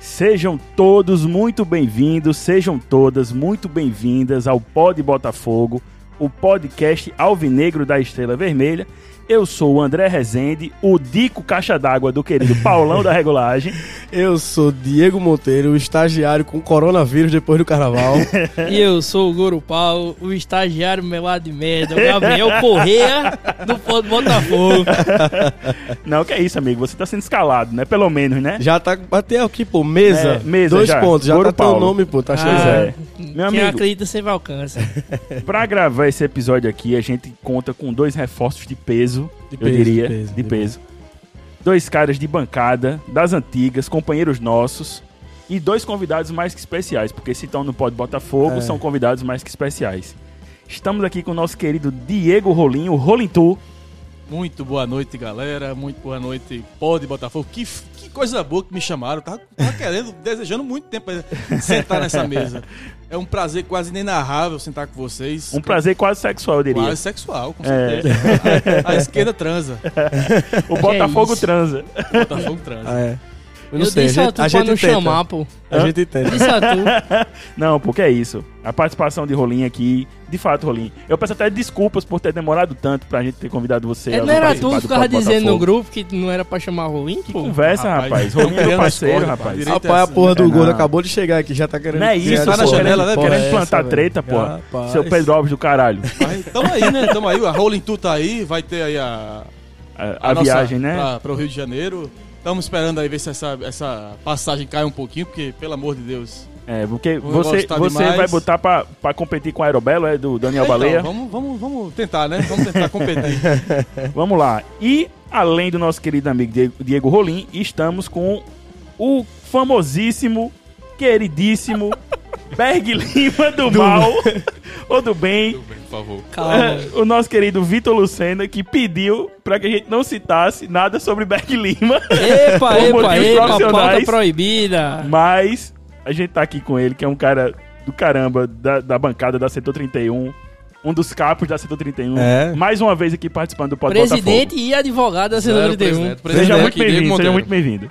Sejam todos muito bem-vindos, sejam todas muito bem-vindas ao Pod Botafogo, o podcast alvinegro da Estrela Vermelha. Eu sou o André Rezende, o Dico Caixa d'Água do querido Paulão da Regulagem. Eu sou Diego Monteiro, estagiário com coronavírus depois do carnaval. E eu sou o Goro Paulo, o estagiário melado de merda, o Gabriel Correa do Pó do Botafogo. Não, que é isso, amigo, você tá sendo escalado, né? Pelo menos, né? já tá até aqui, pô, mesa. É, mesa, Dois já. pontos, já Ouro tá teu Paulo. nome, pô, tá cheio. Pois Ah. é. Meu Quem amigo, acredita sempre alcança. pra gravar esse episódio aqui, a gente conta com dois reforços de peso, De eu peso, diria, de peso, de de peso. Dois caras de bancada, das antigas, companheiros nossos. E dois convidados mais que especiais, porque se estão no Pod Botafogo, É. são convidados mais que especiais. Estamos aqui com o nosso querido Diego Rolinho, Rolintu. Muito boa noite, galera. Muito boa noite, Pode Botafogo. Que, f- que coisa boa que me chamaram. Tava, tava querendo, desejando muito tempo pra sentar nessa mesa. É um prazer quase inenarrável sentar com vocês. Um prazer É. quase sexual, eu diria. Quase sexual, com certeza. A, a esquerda transa. O Botafogo isso? transa. O Botafogo transa. Ah, é. Eu Eu, não sei, a disse a, gente, tu a pra gente não tenta. chamar, pô. A gente tenta. Disse a tu. Não, porque é isso. A participação de Rolinho aqui, de fato, Rolinho. Eu peço até desculpas por ter demorado tanto pra gente ter convidado você. É, a não era participar tu que do ficava Pod dizendo Botafogo. no grupo que não era pra chamar ruim, Que pô. conversa, rapaz. Rolinho é meu parceiro, rapaz. Direito Rapaz, a essa. porra do É, Gordo não. acabou de chegar aqui, já tá querendo. Não é isso, criar tá na pô. essa janela, né? Querendo- Querendo porra é plantar essa, treta, velho. pô. Rapaz. Seu Pedro Alves do caralho. Mas Tamo aí, né? Tamo aí. A Rolling Tu tá aí. Vai ter aí a, A, a nossa- viagem, né? Pra, pro Rio de Janeiro. Estamos esperando aí ver se essa, essa passagem cai um pouquinho, porque, pelo amor de Deus. É, porque Vou você, gostar você demais. vai botar pra, pra competir com o Aerobelo, é do Daniel Então, Baleia. Vamos... vamos, vamos, vamos tentar, né? Vamos tentar competir. lá. E, além do nosso querido amigo Diego, Diego Rolim, estamos com o famosíssimo, queridíssimo Berg Lima do, mal ou do bem. por favor. Calma. O nosso querido Vitor Lucena, que pediu pra que a gente não citasse nada sobre Berg Lima. Epa, Por epa, motivos epa, pauta profissionais. proibida. Mas a gente tá aqui com ele, que é um cara do caramba, da, da bancada da Setor 31. Um dos capos da Setor 31. É. Mais uma vez aqui participando do Pod Presidente e advogado da Zero, 131. presidente. Botafogo. Seja Presidente muito aqui, Diego bem-vindo, seja Monteiro. muito bem-vindo.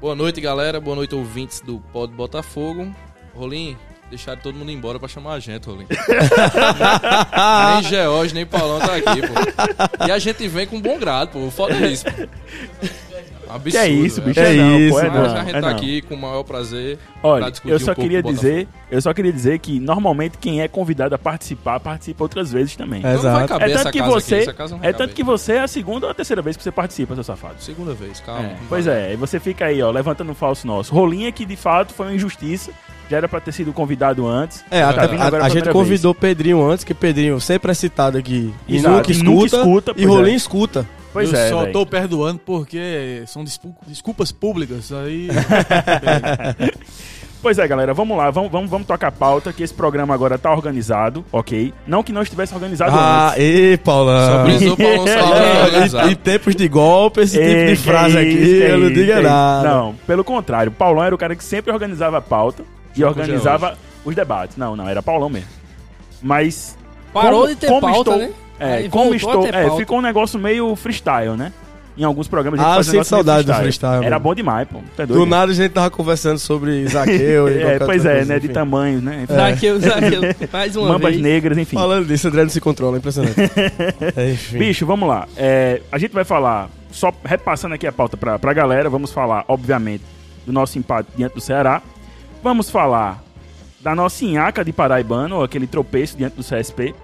Boa noite, galera. Boa noite, ouvintes do Pod Botafogo. Rolim, deixaram todo mundo embora pra chamar a gente, Rolim. nem George, nem Paulão tá aqui, pô. E a gente vem com bom grado, pô. Foda é isso, pô. Absurdo. Que é isso, velho. bicho. É não, isso, pô, é Mas não, a gente é tá não. aqui com o maior prazer. pra Olha, discutir eu um só pouco queria do Botafogo. dizer, eu só queria dizer que normalmente quem é convidado a participar, participa outras vezes também. É. Então não vai Exato. caber É tanto essa que casa você- aqui. Essa casa não vai É tanto que caber. você é a segunda ou a terceira vez que você participa, seu safado. Segunda vez, calma. É, pois é, e você fica aí, ó, levantando um falso nosso. Rolinha que de fato foi uma injustiça, já era pra ter sido convidado antes. É, até- Tá vindo agora a, a pela gente primeira convidou Pedrinho antes, que Pedrinho sempre é citado aqui. E Exato, nunca e escuta, nunca escuta, e pois Rolim é. escuta. Pois eu é, só véi. tô perdoando porque são despu- desculpas públicas. Aí. Pois é, galera, vamos lá, vamos, vamos, vamos tocar a pauta, que esse programa agora tá organizado, ok? Não que não estivesse organizado Ah, antes. ei, Paulão. Só brisou Paulão É. Ah, só e, e tempos de golpe, esse tipo Ei, de que frase é aqui, isso, que é eu não isso, que diga é isso. nada. Não, pelo contrário, o Paulão era o cara que sempre organizava a pauta é e organizava os debates. Não, não, era Paulão mesmo. Mas. um. Parou como- de ter como pauta, estou- né? É, Aí como estou. voltou a ter É, pauta. ficou um negócio meio freestyle, né? Em alguns programas a gente Ah, fazia eu um sinto negócio meio saudade do freestyle, Era mano. bom demais, pô. Tá doido? Do nada a gente tava conversando sobre Zaqueu e É, qualquer pois outra é, coisa, né? De enfim. tamanho, né? Enfim, Zaqueu, Zaqueu. um- Mais uma Mambas vez. negras, enfim. Falando disso, André não se controla, é impressionante. É, enfim. Bicho, vamos lá. É, a gente vai falar, só repassando aqui a pauta pra, pra galera, vamos falar, obviamente, do nosso empate diante do Ceará. Vamos falar da nossa inhaca de Paraibano, aquele tropeço diante do CSP.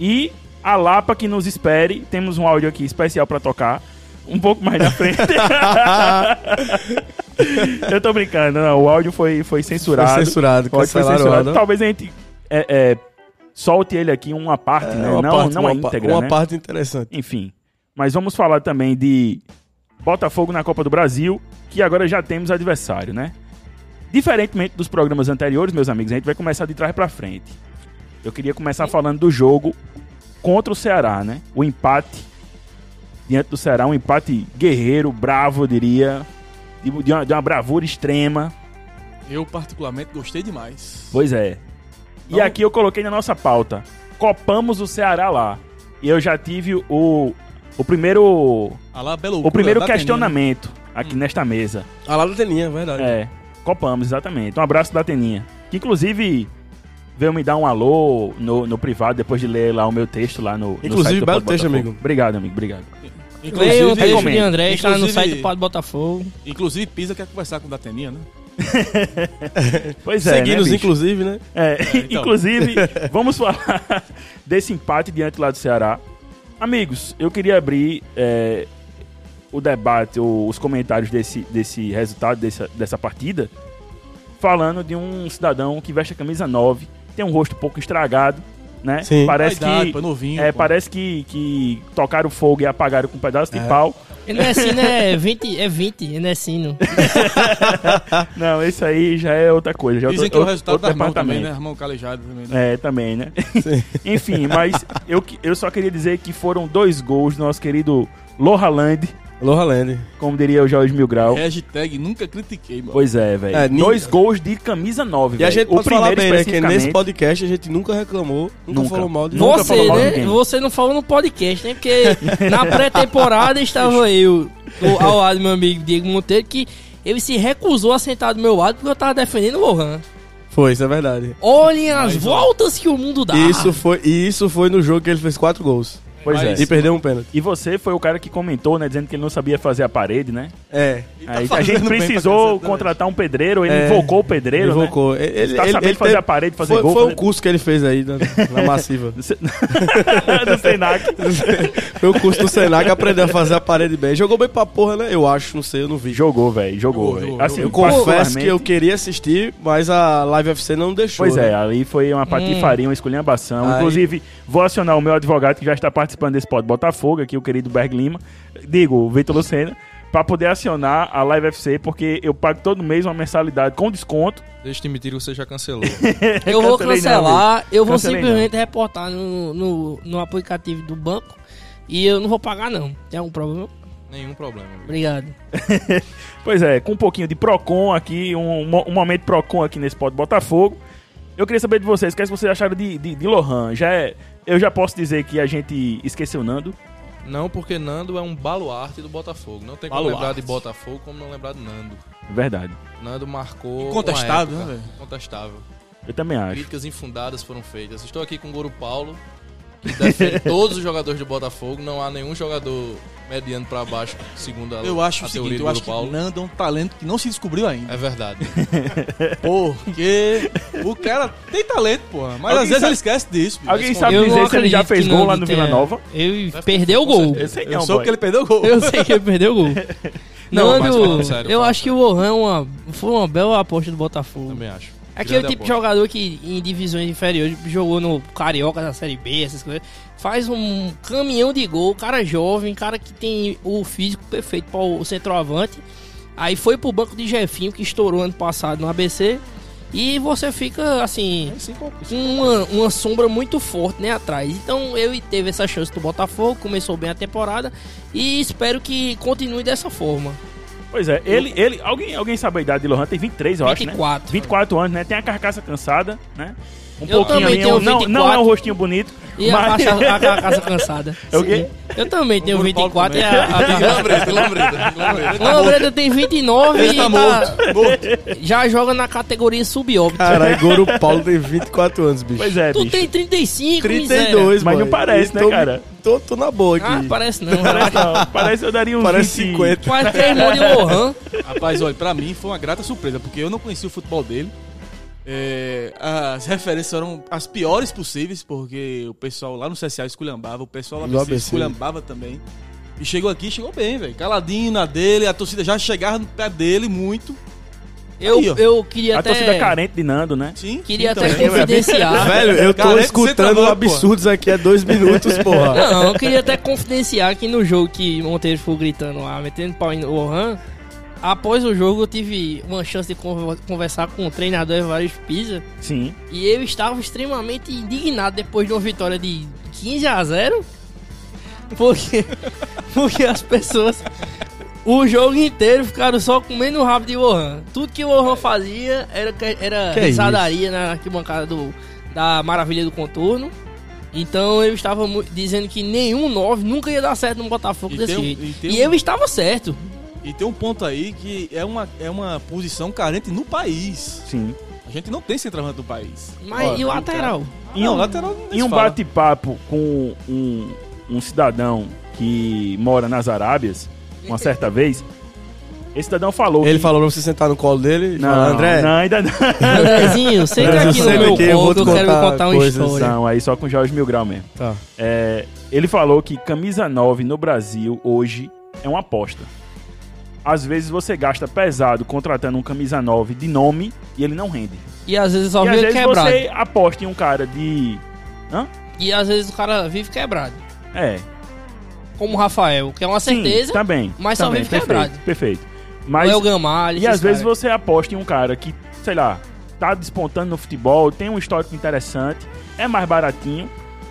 E a Lapa que nos espere. Temos um áudio aqui especial pra tocar. Um pouco mais na frente. Eu tô brincando, não, o áudio foi, foi censurado. Foi né? censurado, O áudio foi cancelaram o censurado. áudio. Talvez a gente é, é, solte ele aqui uma parte, É, né? não, não a pa- íntegra, uma né? parte interessante. Enfim. Mas vamos falar também de Botafogo na Copa do Brasil, que agora já temos adversário, né? Diferentemente dos programas anteriores, meus amigos, a gente vai começar de trás pra frente. Eu queria começar falando do jogo contra o Ceará, né? O empate diante do Ceará, um empate guerreiro, bravo, eu diria, de de uma, de uma bravura extrema. eu, particularmente, gostei demais. Pois é. E Então- aqui eu coloquei na nossa pauta. Copamos o Ceará lá. E eu já tive o, o primeiro A lá, bela o loucura primeiro da Hum. questionamento aqui nesta mesa. A lá da Teninha, é verdade. É. Copamos, exatamente. Um abraço da Teninha. Que inclusive veio me dar um alô no, no privado depois de ler lá o meu texto lá no. no Inclusive, site do belo Pod texto, Botafogo. amigo. Obrigado, amigo. Obrigado. Leia o texto de recomendo. André, está no Inclusive- site do Pod Botafogo. Inclusive, Pisa quer conversar com o Dateninha, né? Pois é. né, Seguindo-os, bicho? inclusive, né? É, então. inclusive, vamos falar desse empate diante lá do Ceará. Amigos, eu queria abrir é, o debate, ou os comentários desse, desse resultado, dessa, dessa partida, falando de um cidadão que veste a camisa 9, tem um rosto pouco estragado, né? Sim. Parece Na idade, que. pô, novinho, é, pô. parece que, que tocaram fogo e apagaram com um pedaço É. de pau. Enesino é 20, é 20, Enesino. Não, isso aí já é outra coisa. Já é Dizem outro- que é o outro- resultado outro das mãos também, departamento. né? As mãos calejadas também, né? É, também, né? Enfim, mas eu, que- eu só queria dizer que foram dois gols do nosso querido Lohaland, Aloha Land. como diria o Jorge Mil Grau. Hashtag nunca critiquei, mano. Pois é, velho. É, nin- dois gols de camisa 9, E a gente o pode falar primeiro bem, né? Que nesse especificamente- podcast a gente nunca reclamou, nunca, Nunca. falou mal de Nunca ninguém. Você, falou mal de né? ninguém. Você não falou no podcast, né? Porque na pré-temporada estava eu do- ao lado do meu amigo Diego Monteiro, que ele se recusou a sentar do meu lado porque eu tava defendendo o Lohan. Foi, isso é verdade. Olhem um. as voltas que o mundo Ah! dá. Isso foi, e isso foi no jogo que ele fez quatro gols. Pois Mas- é. E perdeu um pênalti. E você foi o cara que comentou, né? Dizendo que ele não sabia fazer a parede, né? É. Aí a fazendo gente bem pra precisou cacete, né, contratar um pedreiro, ele É. invocou o pedreiro, né? Invocou. Ele, ele, Tá ele- sabendo ele fazer teve- a parede, fazer foi, gol, Foi fazer- um curso que ele fez aí na, na Massiva. Do Senac. Foi o curso do Senac aprender a fazer a parede bem. Jogou bem pra porra, né? Eu acho, não sei, eu não vi. Jogou, velho. Jogou, Jogou, velho. jogou, Assim, Eu jogou. confesso particularmente- que eu queria assistir, mas a Live FC não deixou. Pois né? é, ali foi uma patifaria, uma esculhambação. Aí- Inclusive, vou acionar o meu advogado que já está participando desse pod Botafogo, aqui o querido Berg Lima, digo, o Vitor Lucena, para poder acionar a Live FC, porque eu pago todo mês uma mensalidade com desconto. Deixa de mentir que você já cancelou. Eu vou Cancelei não, cancelar, eu vou Cancelei simplesmente reportar no, no, no aplicativo do banco e eu não vou pagar, não. Tem algum problema? Nenhum problema. amigo. Obrigado. Pois é, com um pouquinho de Procon aqui, um, mo- um momento Procon aqui nesse pod Botafogo. Eu queria saber de vocês, o que é que vocês acharam de, de, de Lohan? Já é- eu já posso dizer que a gente esqueceu o Nando. Não, porque Nando é um baluarte do Botafogo. Não tem como Baluarte. lembrar de Botafogo como não lembrar de Nando. Verdade. Nando marcou. Incontestável, uma época. né, velho? Incontestável. Eu também acho. Críticas infundadas foram feitas. Estou aqui com o Goro Paulo, que defende todos os jogadores do Botafogo. Não há nenhum jogador mediano pra baixo, segundo a Eu acho a o teoria seguinte, do eu Goro acho que Paulo. Nando é um talento que não se descobriu ainda. É verdade. É, Porque o cara tem talento, porra. Mas Alguém às vezes sabe- ele esquece disso. bicho. Alguém Mas sabe Eu dizer não se ele já acredito fez que gol não lá no Vila tenha. Nova? Ele perdeu o gol. Eu sei Eu não, soube é boy. que ele perdeu o gol. Eu sei que ele perdeu o gol. Não, mas Nando, falando sério, eu falando acho que o Lohan é uma- foi uma bela aposta do Botafogo. Também acho. Aquele Grande tipo de aposta. jogador que em divisões inferiores jogou no Carioca da Série B, essas coisas. Faz um caminhão de gol, cara é jovem, cara que tem o físico perfeito para o centroavante. Aí foi pro banco de Jefinho, que estourou ano passado no ABC. E você fica assim É, com uma, uma sombra muito forte né, atrás. Então ele teve essa chance do Botafogo, começou bem a temporada e espero que continue dessa forma. Pois é, ele, ele, alguém, alguém sabe a idade de Lohan? Tem 23, eu acho, né? 24. 24 anos, né? Tem a carcaça cansada, né? Um Eu também tenho um- não, 24. não é um rostinho bonito, E a, mas... caixa- a ca- casa cansada. É o quê? Sim. Eu também tenho Bruno Paulo 24 e é também. a, a, Ah, a Lambreta, lambreta, lambreta. o André tem 29 e Ele tá tá- morto. morto. já joga na categoria subóbito. Caralho, Goro Paulo tem 24 anos, bicho. Pois é, tu bicho. tem 35, 32. 32, Mas não boy. parece, E né, tô- cara? Tô, tô na boa aqui. Ah, parece não. Parece, não, parece eu daria uns Parece 20. 50. Quase três mãos de Lohan. Rapaz, olha, pra mim foi uma grata surpresa, porque eu não conhecia o futebol dele. É, as referências eram as piores possíveis, porque o pessoal lá no CSA esculhambava, o pessoal lá Do no ABC ABC. esculhambava também. E chegou aqui, chegou bem, velho. Caladinho na dele, a torcida já chegava no pé dele muito. Eu, Aí, ó. eu queria A até. torcida carente de Nando, né? Sim. Então, é. Queria sim, até também. Ah, confidenciar. Velho, eu tô Cara, é que você tá escutando maluco, absurdos aqui há dois minutos, porra. Não, eu queria até confidenciar que no jogo que Monteiro ficou gritando lá, metendo pau no Lohan, após o jogo eu tive uma chance de conver- conversar com o treinador Evaristo Pisa. Sim. E eu estava extremamente indignado depois de uma vitória de 15 a 0. Porque, porque as pessoas o jogo inteiro ficaram só comendo o rabo de Lohan. Tudo que o Lohan fazia era, que- era Que é risadaria na arquibancada do, da Maravilha do Contorno. Então eu estava mu- dizendo que nenhum 9 nunca ia dar certo no Botafogo E desse tem um- jeito. e E, tem um- eu estava certo. E tem um ponto aí que é uma, é uma posição carente no país. Sim. A gente não tem centroavante no país. Mas Ó, e o lateral? Em Ah, não, tá. um- lateral nem Em se um fala. bate-papo com um, um cidadão que mora nas Arábias, uma certa vez, esse cidadão falou. Ele que- falou pra você sentar no colo dele e Não, falar, André, não, ainda não. Andrezinho, senta Andrezinho, aqui no senta meu aqui, eu colo vou que eu te quero um contar contar uma coisas, história. Não, aí só com Jorge Mil Grau mesmo. Tá. É, ele falou que camisa 9 no Brasil hoje é uma aposta. Às vezes você gasta pesado contratando um camisa 9 de nome e ele não rende. E às vezes só e às vive vezes é quebrado. você aposta em um cara de. E às vezes o cara vive quebrado. É. Como o Rafael, que é uma certeza. Sim, tá também. mas só também, vive perfeito, quebrado. Perfeito. Ou Mas, é o Gamalho. e às vezes você aposta em um cara que, sei lá, tá despontando no futebol, tem um histórico interessante, é mais baratinho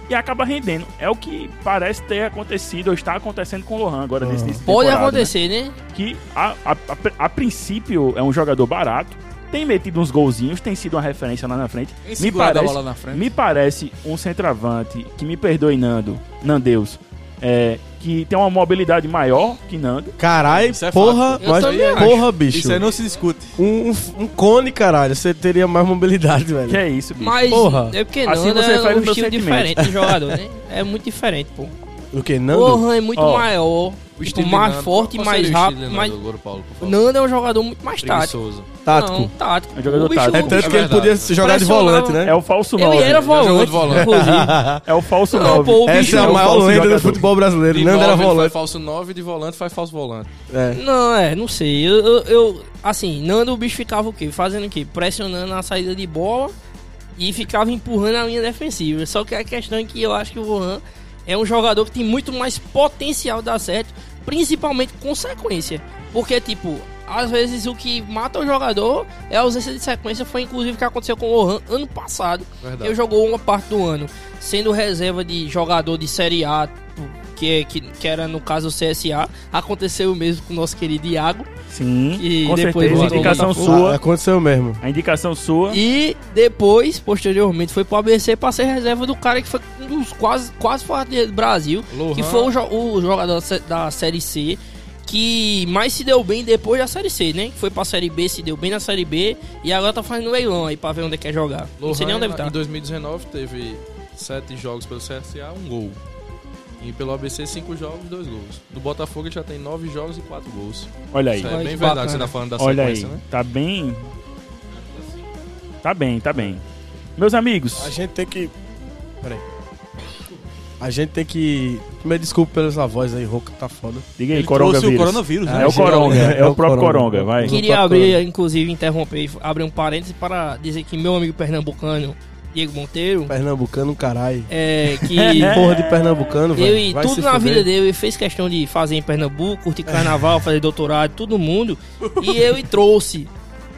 e acaba rendendo. É o que parece ter acontecido ou está acontecendo com o Lohan agora nesse início de Pode temporada, acontecer, né? né? Que a, a, a- a princípio é um jogador barato, tem metido uns golzinhos, tem sido uma referência lá na frente. Tem Me segurado a parece, bola na frente. me parece um centroavante, que me perdoe Nando, Nandeus, é, que tem uma mobilidade maior que Nando. Caralho, Isso é porra, fato. Eu mas também porra, bicho. Isso aí não se discute. é um, um, um cone, caralho, você teria mais mobilidade, velho. Que é isso, bicho. Mas Porra. é porque não, Assim né? você é fere um o meu estilo sentimento. diferente de jogador, né? É muito diferente, pô. O que, O Nando? Lohan é muito Ó, maior, O tipo, estilo de mais Nando- forte, qual mais seria o estilo rápido. de Mas Nando Agora, Paulo, por favor. Nando é um jogador muito mais tático. Preguiçoso. Tático. Não, tático. É jogador O bicho- tático. É tanto que ele verdade. podia se jogar de volante, né? É o falso Ele 9. era jogou volante. um de volante. inclusive. É o falso Não, 9. pô, o bicho Essa é a o maior falso lenda do jogador. futebol brasileiro. De Nando era nove, ele volante. Faz falso 9, de volante faz falso volante. É. Não, é, não sei. Eu, eu, eu- assim, Nando o bicho ficava o quê? Fazendo o quê? Pressionando a saída de bola e ficava empurrando a linha defensiva. Só que a questão é que eu acho que o Rohan é um jogador que tem muito mais potencial de dar certo, principalmente com sequência. Porque, tipo, às vezes o que mata o jogador é a ausência de sequência. Foi inclusive o que aconteceu com o Rohan ano passado. Verdade. Ele jogou uma parte do ano sendo reserva de jogador de Série A, que, é- que, que era no caso o CSA. Aconteceu o mesmo com o nosso querido Iago. Sim, E com depois certeza. voltou Indicação ao Ah, sua. aconteceu mesmo. A indicação sua. E depois, posteriormente, foi pro ABC pra ser reserva do cara que foi um dos quase, quase fortes do Brasil. Lohan. Que foi o, jo- o jogador da sé- da Série C que mais se deu bem depois da Série C, né? Que foi pra Série B, se deu bem na Série B. E agora tá fazendo leilão aí pra ver onde quer jogar. não sei nem onde Lohan, é ele tá. Em 2019 teve 7 jogos pelo CSA, um gol. E pelo ABC, 5 jogos, 2 gols. Do Botafogo ele já tem 9 jogos e 4 gols. Olha aí. Isso é Olha bem que verdade, bacana. você tá falando da Olha aí. sequência, né? Tá bem. Tá bem, tá bem. Meus A amigos, gente tem que. Peraí. A gente tem que. Me desculpe pelas voz aí, Roca tá foda. diga aí, Ele trouxe coronavírus. o coronavírus, né? É o Coronga, é, É o o próprio Coronga. Coronga, vai. Que- Queria Fator. abrir, inclusive, interromper, e abrir um parênteses para dizer que meu amigo pernambucano, Diego Monteiro, Pernambucano, caralho. é que Porra de pernambucano, velho. eu e Vai tudo se na fuder. vida dele, ele fez questão de fazer em Pernambuco, curtir carnaval, fazer doutorado, todo mundo, e eu e trouxe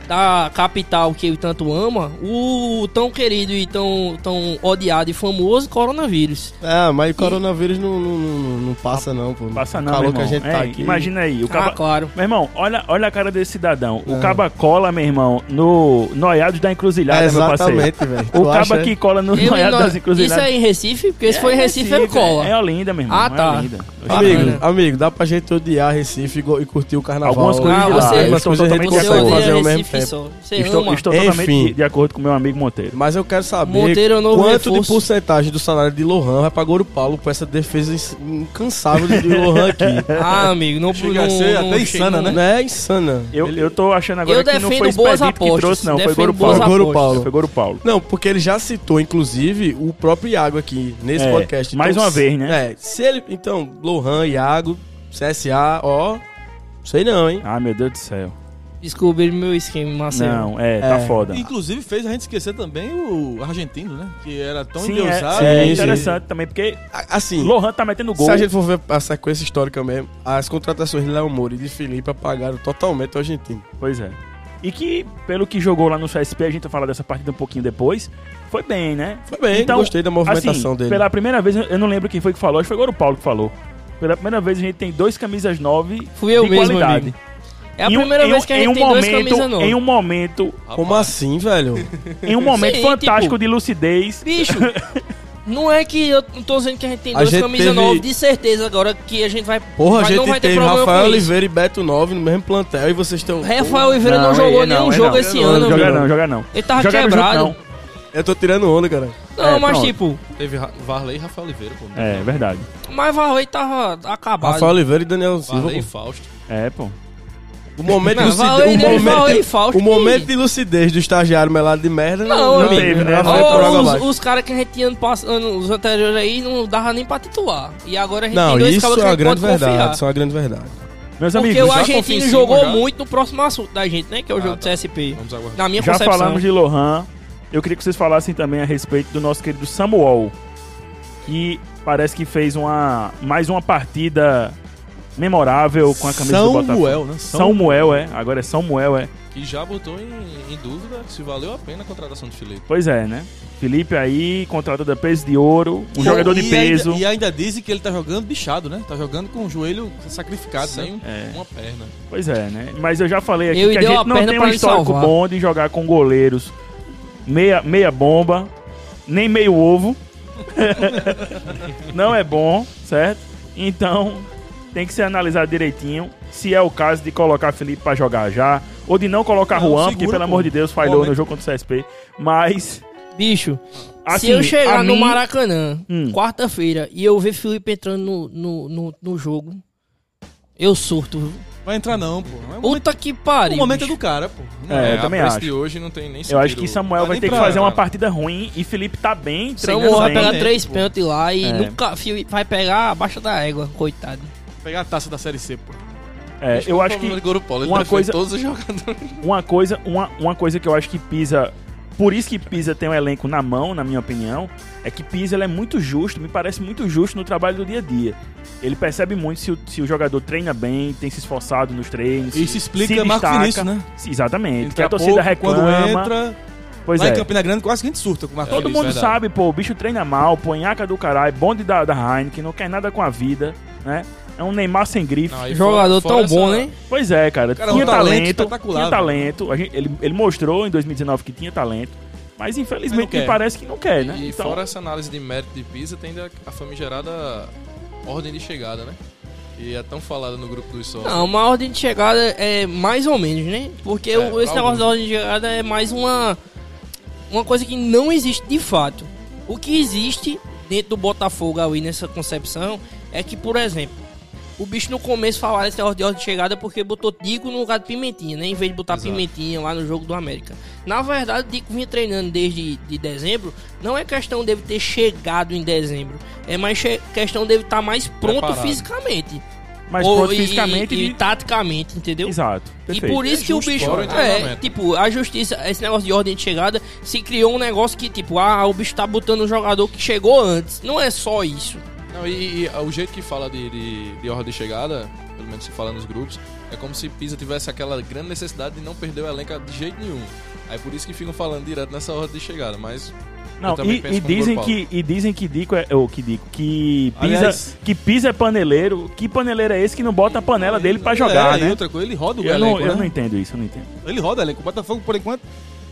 da capital que ele tanto ama, o tão querido e tão, tão odiado e famoso coronavírus. Ah, mas o coronavírus não, não, não- não passa, não, pô. Passa O não, meu calor irmão. que a gente tá É, aqui. Imagina aí, o Ah, caba... claro. Meu irmão, olha, olha a cara desse cidadão. O Ah. caba cola, meu irmão, no Noiados da Encruzilhada, É, meu parceiro. exatamente, velho. O Tu caba acha- que cola no Eu e Noiados nós- das isso né? Encruzilhadas. é em Recife, porque se for em Recife, ele cola. É Olinda, meu irmão. Ah, é tá. Olinda. Amigo, Bacana. amigo, dá pra gente odiar Recife e, go- e curtir o carnaval. Algumas coisas Ah, de lá, algumas eles são coisas a gente totalmente Você consegue É diferentes. consegue fazer odeia ao mesmo Recife tempo. só. Você Estou, ama. estou totalmente Enfim. de, de acordo com meu amigo Monteiro. Mas eu quero saber Monteiro é o novo quanto de reforço. porcentagem do salário de Lohan vai pra Goro Paulo com essa defesa ins- incansável de Lohan aqui. Ah, amigo, não Chega não, a ser não até chega- insana, né? Não é insana. Eu, eu tô achando agora Eu que não foi defendo boas Expedito que apostas, trouxe, não. Foi defendo Goro boas Paulo. Foi Goro apostas. Paulo. Foi Goro Paulo. Não, porque ele já citou, inclusive, o próprio Iago aqui nesse É, podcast. mais uma se- vez, né? É, se ele. Então, Lohan, Iago, CSA, ó. Sei não, hein? Ah, meu Deus do céu. Descobri meu esquema, assim, Marcelo. Não, é, tá É. foda. Inclusive fez a gente esquecer também o argentino, né? Que era tão Sim, endeusado. é, é né? sim, interessante também, porque A- Assim. Lohan tá metendo gol. Se a gente for ver a sequência histórica mesmo, as contratações de Léo Moura e de Felipe apagaram totalmente o argentino. Pois é. E que, pelo que jogou lá no CSP, a gente vai falar dessa partida um pouquinho depois, foi bem, né? Foi bem, Então, gostei da movimentação assim, dele. Pela primeira vez, eu não lembro quem foi que falou, acho que foi Goro Paulo que falou. Pela primeira vez a gente tem dois camisas nove Fui eu de mesmo, qualidade. amigo. É a Em um- primeira em um- vez que a em gente um tem dois camisas novas. Em um momento, Como assim, velho? em um momento Sim, fantástico tipo- de lucidez, Bicho, Não é que eu não tô dizendo que a gente tem A dois gente camisas teve- novas, de certeza agora que a gente vai. Porra, a vai- não gente vai ter teve problema Rafael com isso. Oliveira e Beto 9 no mesmo plantel e vocês estão. Rafael Oliveira não, Não, jogou é, ele não, nenhum ele jogo não. esse Ele não ano, Jogar velho. jogou. não, jogar não. Ele tava Jogaram junto, quebrado. não. Eu tô tirando onda, cara. Não, É, mas pronto. tipo, Teve Ra- Varley e Rafael Oliveira, pô. É, verdade. mas Varley tava acabado. Rafael Oliveira e Daniel Silva. Varley e pô. Fausto. É, pô. O momento, Não, de lucidez- um Varley, o né, momento- Varley e Fausto o momento de lucidez do estagiário melado de merda Não, amigo. teve, né? Rafael Vai Ó, Tá por água os- abaixo. os caras que a gente tinha ano, pass- anos anteriores aí não dava nem pra titular. E agora a gente Não, tem dois isso caras é que a uma gente pode grande verdade. Isso confiar. é uma grande verdade. Meus Porque amigos, o já confia em argentino cima, jogou já? muito muito no próximo assunto da gente, né? Que é o jogo do CSP. Vamos aguardar. Na minha Ah, tá. já concepção. falamos de Lohan. Eu queria que vocês falassem também a respeito do nosso querido Samuel, que parece que fez uma mais uma partida memorável com a camisa do Botafogo. Samuel, né? São Samuel é, agora é Samuel é. Que já botou em, em dúvida se valeu a pena a contratação de Felipe. Pois é, né? Felipe aí, contratado a peso de ouro, um jogador de E peso. Ainda, e ainda dizem que ele tá jogando bichado, né? Tá jogando com o joelho sacrificado, Sem um- né? É. uma perna. Pois é, né? Mas eu já falei aqui Eu que a dei uma gente não perna tem um pra ele histórico salvar. bom de jogar com goleiros meia, meia bomba, nem meio ovo. não é bom, certo? Então tem que ser analisado direitinho se é o caso de colocar Felipe pra jogar já, ou de não colocar Não, Juan, segura, porque pelo pô. amor de Deus falhou Momento. no jogo contra o CSP. Mas, Bicho, assim, se eu chegar a no mim- Maracanã, Hum. quarta-feira, e eu ver Felipe entrando no, no, no, no jogo, eu surto. viu? Vai entrar não, pô. É um momento- Puta que pariu. O momento é bicho. do cara, pô. Não É, eu a também preço acho. de hoje não tem nem Eu acho sentido. que é Samuel Dá vai nem ter que pra- fazer uma cara. partida ruim e Felipe tá bem, treinando Samuel vai bem. pegar Exatamente, três pô. pênaltis lá e É. nunca Felipe vai pegar abaixo da égua, coitado. Pegar a taça da Série C, pô. É, eu acho que uma uma coisa- coisa todos os jogadores. Uma coisa, uma, uma coisa que eu acho que Pisa. Por isso que Pisa tem um elenco na mão, na minha opinião, é que Pisa ele é muito justo, me parece muito justo no trabalho do dia a dia. Ele percebe muito se o, se o jogador treina bem, tem se esforçado nos treinos. Isso se explica Marco destaca. Vinícius, né? Sim, Exatamente. Entra Que a torcida pouco, Quando reclama. entra, pois lá é. em Campina Grande quase que a gente surta com o Marco Todo É, mundo verdade. sabe, pô, o bicho treina mal, ponhaca do caralho, bonde da, da Heineken, não quer nada com a vida, né? É um Neymar sem grife. Não, aí Jogador fora- fora tão bom, essa- né? Pois é, cara. Cara, tinha um talento talento. espetacular, tinha velho. talento. A gente- ele, ele mostrou em 2019 que tinha talento. Mas Mas não infelizmente quer. me parece que não quer, né? E Então, fora essa análise de mérito de Pisa, tem a a famigerada ordem de chegada, né? E é tão falada no grupo dos sócios. Não, uma ordem de chegada é mais ou menos, né? Porque É, o- esse negócio pra alguns. da ordem de chegada é mais uma uma coisa que não existe de fato. O que existe dentro do Botafogo ali nessa concepção é que, por exemplo, o bicho no começo falava essa ordem de ordem de chegada porque botou Dico no lugar de Pimentinha, né? Em vez de botar Exato. Pimentinha lá no jogo do América. Na verdade, o Dico vinha treinando desde de dezembro. Não é questão dele ter chegado em dezembro. É mais che- questão dele estar mais pronto Preparado. fisicamente. mas Ou- pronto, e- fisicamente. e, e de- tá- taticamente, entendeu? Exato. E Perfeito. por isso que o justo, bicho. fora o É, entrenamento. tipo, a justiça, esse negócio de ordem de chegada, se criou um negócio que, tipo, ah, o bicho tá botando um jogador que chegou antes. Não é só isso. Não, e, e o jeito que fala de, de, de ordem de chegada, pelo menos se fala nos grupos, é como se Pisa tivesse aquela grande necessidade de não perder o elenco de jeito nenhum. Aí por isso que ficam falando direto nessa ordem de chegada, mas. Não, eu também e, penso e como dizem Paulo. que, e dizem que Dico é. Ou que Dico. Que Pisa, Aliás- que Pisa é paneleiro. Que paneleiro é esse que não bota a panela dele pra jogar, É, E né? outra coisa, ele roda o Eu elenco, não, eu né? não entendo isso, eu não entendo. Ele roda elenco. O Botafogo, por enquanto...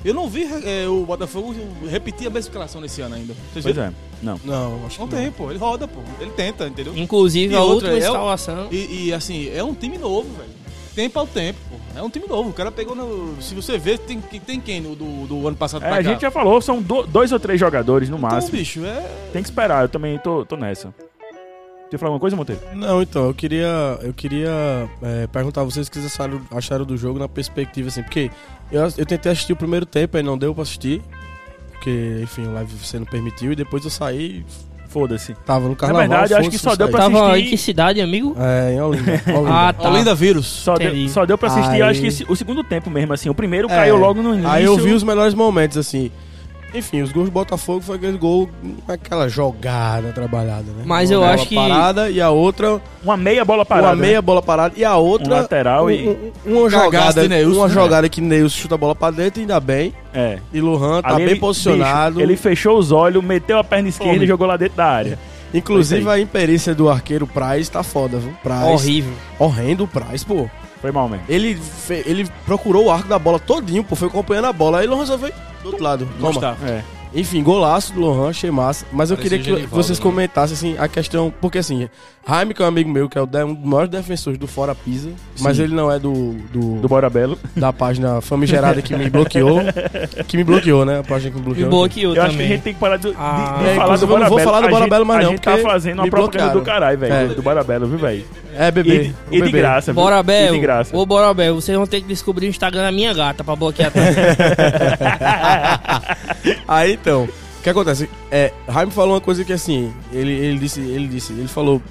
Eu não vi eh, o Botafogo repetir a mesma escalação nesse ano ainda. Vocês Pois viram? é. Não. Não, acho Não tem, pô. Ele roda, pô. Ele tenta, entendeu? Inclusive, E a outra, última é o- instalação. E, e, assim, é um time novo, velho. Tempo ao tempo, pô. É um time novo. O cara pegou no. Se você ver, tem, tem quem no- do, do ano passado É, pra a cá? gente já falou, são do- dois ou três jogadores no Então, máximo. bicho, é. Tem que esperar, eu também tô, tô nessa. Quer falar alguma coisa, Monteiro? Não, então, eu queria, eu queria é, perguntar a vocês o que vocês acharam, acharam do jogo na perspectiva, assim, porque eu, eu tentei assistir o primeiro tempo, aí não deu pra assistir, porque, enfim, o live você não permitiu, e depois eu saí, Foda-se. tava no Na carnaval. verdade, eu acho foda-se, que só eu deu saí. pra Tava em assistir. que cidade, amigo? É, em Olinda, Olinda. Ah, tá. Além da vírus. Só deu, Entendi. só deu pra assistir, Aí- eu acho que esse- o segundo tempo mesmo, assim. O primeiro É, caiu logo no início. Aí eu vi os melhores momentos, assim. Enfim, os gols do Botafogo foi aquele gol, aquela jogada trabalhada, né? Mas Uma eu bola acho que- parada e a outra, Uma meia bola parada. uma meia bola parada e a né? um outra lateral e. um- um- uma Cagaço jogada, de Neilson, É. uma né? jogada que Neilson chuta a bola pra dentro, ainda bem. É. E Luhan tá Ali bem ele- posicionado. bicho, ele fechou os olhos, meteu a perna esquerda Homem. e jogou lá dentro da área. Inclusive Foi a imperícia do arqueiro Price tá foda, viu? Price. Horrível. Horrendo o Price, pô. Foi mal mesmo. Ele, fe- ele procurou o arco da bola todinho, pô. Foi acompanhando a bola. Aí Luhan só foi do outro lado. Toma. Gostar. É. Enfim, golaço do Lohan, achei massa. Mas eu queria Parecia que o Genivaldo, vocês né? comentassem assim, a questão. Porque assim, Jaime, que é um amigo meu, que é o de- um dos maiores defensores do Fora Pisa, mas ele não é do, do, Do Bora Belo. da página famigerada que me bloqueou. Que me bloqueou, né? A página que me E bloqueou. boa que eu, Eu acho que a também. gente tem que parar de, de- de Ah. É, falar do inclusive, eu Bora não vou Belo. falar do a Bora gente, Belo mais a não, gente tá porque fazendo uma me propaganda do bloquearam. caralho, velho. É. Do, do Bora Belo, viu, velho? É, bebê. E, o e de bebê. graça, viu? Bora, E Bel. de graça. Ô, Bora, Bel, vocês vão ter que descobrir o Instagram da minha gata pra bloquear também. Aí então, o que acontece? É, Jaime falou uma coisa que assim, ele, ele disse, ele disse, ele falou,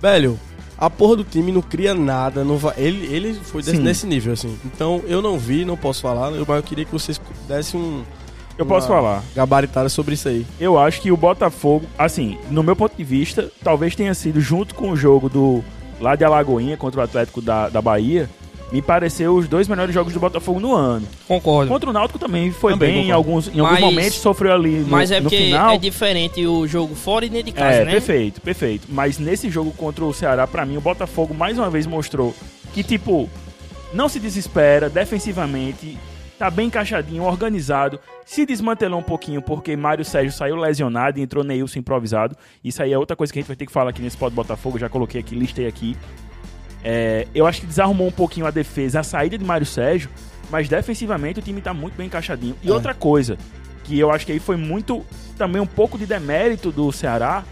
velho, a porra do time não cria nada, não vai. Ele, ele foi desse, Sim. nesse nível, assim. Então eu não vi, não posso falar, eu- mas eu queria que vocês dessem um. Eu posso uma falar. Gabaritada sobre isso aí. Eu acho que o Botafogo, assim, no meu ponto de vista, talvez tenha sido junto com o jogo do lá de Alagoinha contra o Atlético da, da Bahia, me pareceu os dois melhores jogos do Botafogo no ano. Concordo. Contra o Náutico também foi Também bem em concordo. alguns, em alguns Mas- momentos, sofreu ali no, Mas é no porque final. é diferente o jogo fora e dentro de casa, É, né? perfeito, perfeito. Mas nesse jogo contra o Ceará, pra mim, o Botafogo mais uma vez mostrou que, tipo, não se desespera defensivamente, tá bem encaixadinho, organizado, se desmantelou um pouquinho porque Mário Sérgio saiu lesionado e entrou Neilson improvisado. Isso aí é outra coisa que a gente vai ter que falar aqui nesse pod Botafogo, já coloquei aqui, listei aqui. É, eu acho que desarrumou um pouquinho a defesa, a saída de Mário Sérgio, mas defensivamente o time tá muito bem encaixadinho. E É. outra coisa, que eu acho que aí foi muito também um pouco de demérito do Ceará,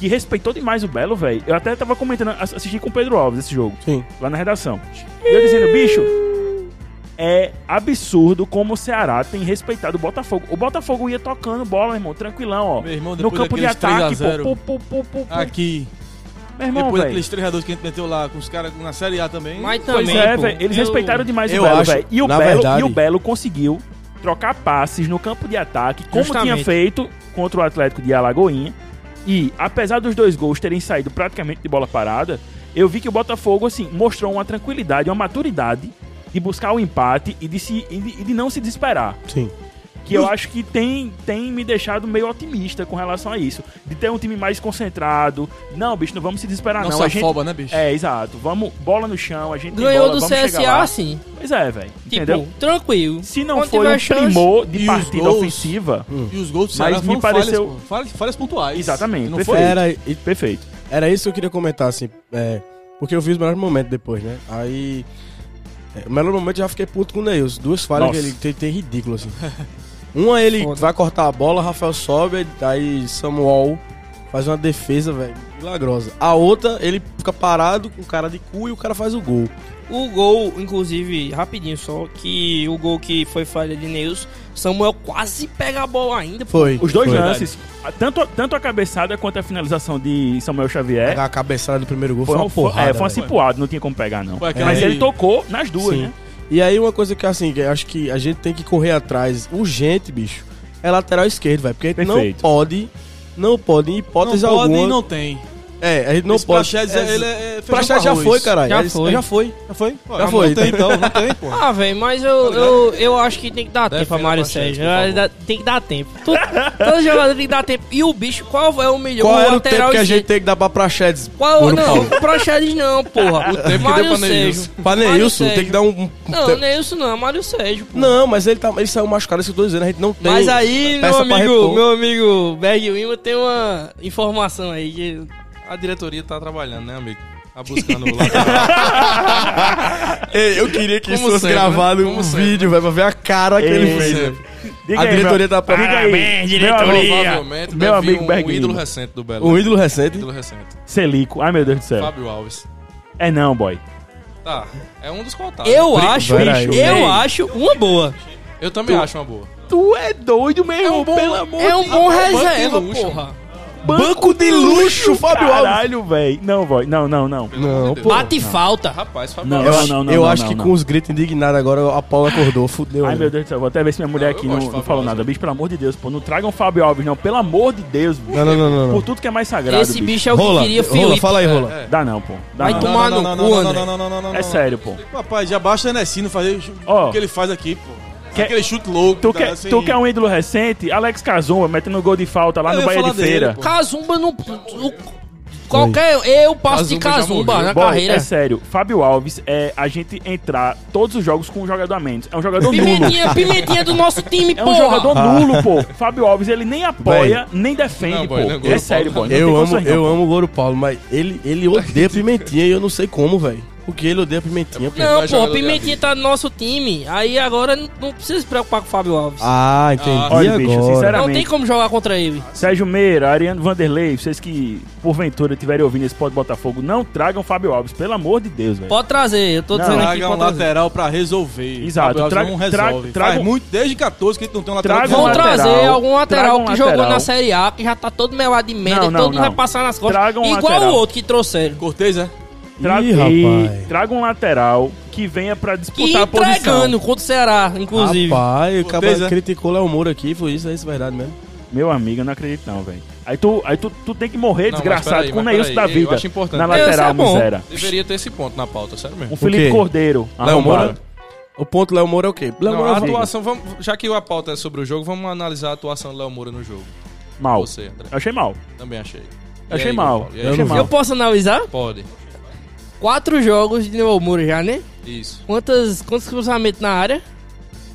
que respeitou demais o Belo, velho. Eu até tava comentando, ass- assisti com o Pedro Alves esse jogo, Sim. lá na redação. E eu dizendo, bicho, é absurdo como o Ceará tem respeitado o Botafogo. O Botafogo ia tocando bola, irmão, tranquilão, ó. Meu irmão, No depois campo de daqueles 3 a ataque, 0 pô, pu, pu, pu, pu, pu. aqui, Meu irmão, depois velho. daqueles 3 a 2 que a gente meteu lá com os caras na Série A também. Mas tá- Pois também. é, pô, velho. Eles eu- respeitaram demais eu o Belo, acho, velho. E, o na Belo- verdade- e o Belo conseguiu trocar passes no campo de ataque, como Justamente. tinha feito contra o Atlético de Alagoinha. E, apesar dos dois gols terem saído praticamente de bola parada, eu vi que o Botafogo, assim, mostrou uma tranquilidade, uma maturidade de buscar o empate e de, se, e de- e de não se desesperar. Sim. Que eu acho que tem, tem me deixado meio otimista com relação a isso. De ter um time mais concentrado. Não, bicho, não vamos se desesperar, não, não. se A gente- afoba, né, bicho? É, exato. Vamos, bola no chão, a gente tem Ganhou bola, do vamos chegar lá. CSA, sim. Pois é, velho. Tipo, Entendeu? tranquilo. Se não quando foi tiver um chance- primor de e os partida gols- ofensiva, Hum. E os gols do Mas Ceará me foram pareceu- falhas, pô, falhas, falhas pontuais. Exatamente, Não foi? perfeito. Era, e- perfeito. era isso que eu queria comentar, assim. é, porque eu vi os melhores momentos depois, né? Aí. é, o melhor momento eu já fiquei puto com o Neils. Duas falhas Nossa. que ele tem, tem ridículo, assim. Uma ele Foda. vai cortar a bola, Rafael sobe, aí Samuel faz uma defesa, velho, milagrosa. A outra, ele fica parado com cara de cu e o cara faz o gol. O gol, inclusive, rapidinho só, que o gol que foi falha de Neus, Samuel quase pega a bola ainda. pô. Foi. Os dois foi. lances, a- tanto, tanto a cabeçada quanto a finalização de Samuel Xavier, A cabeçada do primeiro gol foi, foi, uma um- foi- porrada. é, foi uma velho. cipuada, não tinha como pegar, não. Foi aquela Mas de- ele tocou nas duas, Sim. né? E aí uma coisa que assim, que eu acho que a gente tem que correr atrás urgente, bicho, é lateral esquerdo, velho. Porque a gente Perfeito. não pode, não pode, em Não pode hipótese alguma. e não tem. É, a gente não Esse pode. Praxedes, é, ele é... é feijão Praxedes com já arroz. foi, caralho. Já Ele- foi. Já foi. Já foi? Pô, Já foi, Não tem, tá. então. Não tem, pô. Ah, velho, mas eu, eu, eu acho que tem que dar Defenda tempo a Mário a manchete, Sérgio. por favor. Dá- Tem que dar tempo. Todo, todo jogador tem que dar tempo. E o bicho, qual é o melhor Qual o era o tempo que a esquerdo? gente tem que dar pra Praxedes? Qual? Bruno Não, Paulo? Praxedes não, porra. O deu pra Neilson. Pra Neilson, tem que dar um. um- Não, tem- Neilson não, é Mário Sérgio, pô. Não, mas ele, tá, ele saiu machucado, isso que eu tô dizendo, a gente não tem. um Mas aí, meu peça pra amigo, repor. meu amigo Berg Wima tem uma informação aí que A diretoria tá trabalhando, né, amigo? Tá buscando o lateral. Ei, eu queria que isso Como fosse sempre, gravado né? um Como sempre. vídeo, velho, pra ver a cara que ele Ei, fez. sempre. velho. Diga A meu- diretoria tá- Diga aí, Parabéns, meu amigo. Provavelmente Meu deve vir amigo um, Berguinho. ídolo recente do Belo. Um ídolo recente. Ídolo recente. Selico. Ai, meu Deus do céu. Fábio Alves. É não, boy. Tá, é um dos contatos. eu acho, Pera Ah, aí. eu acho uma boa. Eu também acho uma boa. Tu é doido, meu irmão, pelo amor É um bom banco de reserva, luxo. porra. Banco de luxo, Fábio Alves. Caralho, velho. Não, boy. Não, não, não. Pelo amor Não, de Deus. pô. Bate falta. Rapaz, Fábio Não, Alves. Eu não, acho, não, eu não, acho não, que não. com os gritos indignados agora a Paula acordou, fudeu. Ai, né? meu Deus do céu. Vou até ver se minha mulher Não, aqui eu não, gosto de não Fábio falou Alves, nada. Bicho, pelo amor de Deus, pô. Não tragam Fábio Alves, não. Pelo amor de Deus, bicho. Não, não, não, não. não. Por tudo que é mais sagrado, Esse bicho. bicho é o que queria rola, Felipe. fala aí, rola. É. Dá não, pô. Dá Vai não. tomar no cu, não, não, André. não, não, não, não, não, É não. sério, pô. Rapaz, já basta o Enesino fazer Ó. o que ele faz aqui, pô. Quer- Aquele chute louco. Tu tá, quer, assim, tu quer um ídolo recente? Alex Kazuma metendo gol de falta lá Eu no ia Bahia de falar dele, Feira. pô. Kazumba não. o- Qualquer. Eu passo de Kazumba já Kazumba morreu. na Bom, carreira. é sério, Fábio Alves é a gente entrar todos os jogos com um jogador a menos. É um jogador nulo. Pimentinha, pimentinha do nosso time, É um porra. jogador Ah. nulo, pô. Fábio Alves, ele nem apoia, nem defende, Não, pô. boy, não, é Paulo, sério, não. boy. não Eu tem amo, condições, não, eu pô. amo o Louro Paulo, mas ele, ele odeia pimentinha e eu não sei como, velho. Porque ele odeia pimentinha, pô. Não, Vai jogar porra, do Pimentinha Gavi. tá no nosso time. Aí agora não não precisa se preocupar com o Fábio Alves. Ah, entendi Olha, agora. bicho, não tem sinceramente. como jogar contra ele. Sérgio Meira, Ariano Vanderlei, vocês que porventura estiverem ouvindo esse Pode Botafogo, não tragam Fábio Alves, pelo amor de Deus, velho. Pode trazer, eu tô Não, dizendo aqui Traga um pode trazer. lateral pra resolver. Exato, Gabriel traga- não traga- resolve. traga Faz um- muito desde 14 que a gente não tem um lateral. Traga que um Vão resolve. lateral, trazer algum traga lateral um que jogou lateral. na Série A, que já tá todo melado de merda, Não, não, todo mundo não. vai passar nas costas. Traga um Igual lateral. o outro que trouxeram. Cortez, é? Tra- Ih, e rapaz. traga um lateral que venha pra Que disputar a posição. Ah, entregando contra o Ceará, inclusive. Rapaz, o Cortez, cara é? criticou o Léo Moura aqui, foi isso, é isso, verdade mesmo. Meu amigo, eu não acredito não, velho. Aí, tu, aí tu, tu tem que morrer, Não, desgraçado, mas peraí, com o mas Neilson da peraí, eu vida. acho importante. Na Neilson é lateral, bom. miséria. Deveria ter esse ponto na pauta, sério mesmo. O Felipe quê? Cordeiro. Léo Moura? arrombado. O ponto Léo Moura é o quê? Léo Não, Moura a é o atuação, vamos, já que a pauta é sobre o jogo, vamos analisar a atuação do Léo Moura no jogo. Mal. Você, André. Eu achei mal. Também achei. E Achei aí, mal. Paulo? E aí, Eu achei Eu não mal. Eu posso analisar? Pode. Quatro jogos de Neo Moura já, né? Isso. Quantas, quantos cruzamentos na área?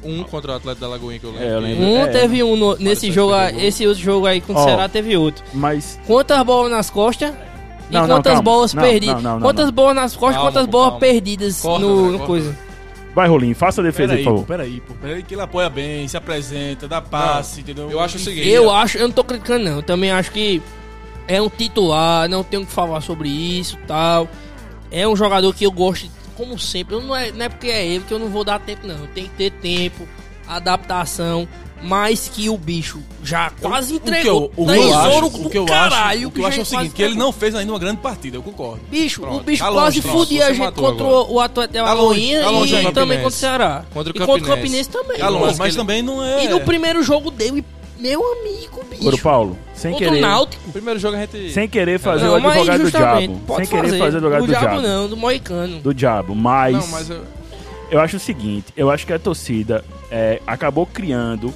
Um contra o Atlético da Lagoinha que eu lembro. É, eu que- lembro. Um É. teve um no- nesse Parece jogo, que aí- pegou. esse outro jogo aí contra Ó. o Ceará teve outro. Mas Quantas bolas nas costas? E Não, não, quantas calma. bolas Não, perdidas? não, não, não, Quantas não. bolas nas costas? Calma, quantas pô, bolas calma. perdidas Corta, no, André, no corta. coisa? vai, Rolinho, faça a defesa aí, Peraí, por pô, favor. peraí, pô. Peraí que ele apoia bem, se apresenta, dá passe, entendeu? Eu acho o seguinte. é- Eu acho, eu não tô criticando não. Eu também acho que é um titular, não tenho o que falar sobre isso, tal. É um jogador que eu gosto, como sempre. Eu não, é, não é porque é ele que eu não vou dar tempo não. Tem que ter tempo, adaptação. Mas que o bicho já quase entregou o que eu, o que eu tesouro acho, do o que eu caralho. acho, o que eu já acho é o seguinte, quase que ele entregou. não fez ainda uma grande partida, eu concordo. Bicho, o Pronto, bicho tá quase longe, pronto, fudia a você gente matou contra agora. o Atlético da Tá longe, Lagoinha tá longe, e contra o também Campinense. contra o Ceará. Contra o e contra o Campinense. Campinense também. Tá Mas, longe, mas ele- também não é... E no primeiro jogo dele, meu amigo, bicho. Coro Paulo, sem contra o querer. Náutico. O primeiro jogo a gente. Sem querer fazer o Não, mas advogado do justamente, diabo. pode Sem querer fazer o advogado do do diabo. diabo. não, do Moicano. Do diabo, mas, Não, mas eu. eu acho o seguinte, eu acho que a torcida é, acabou criando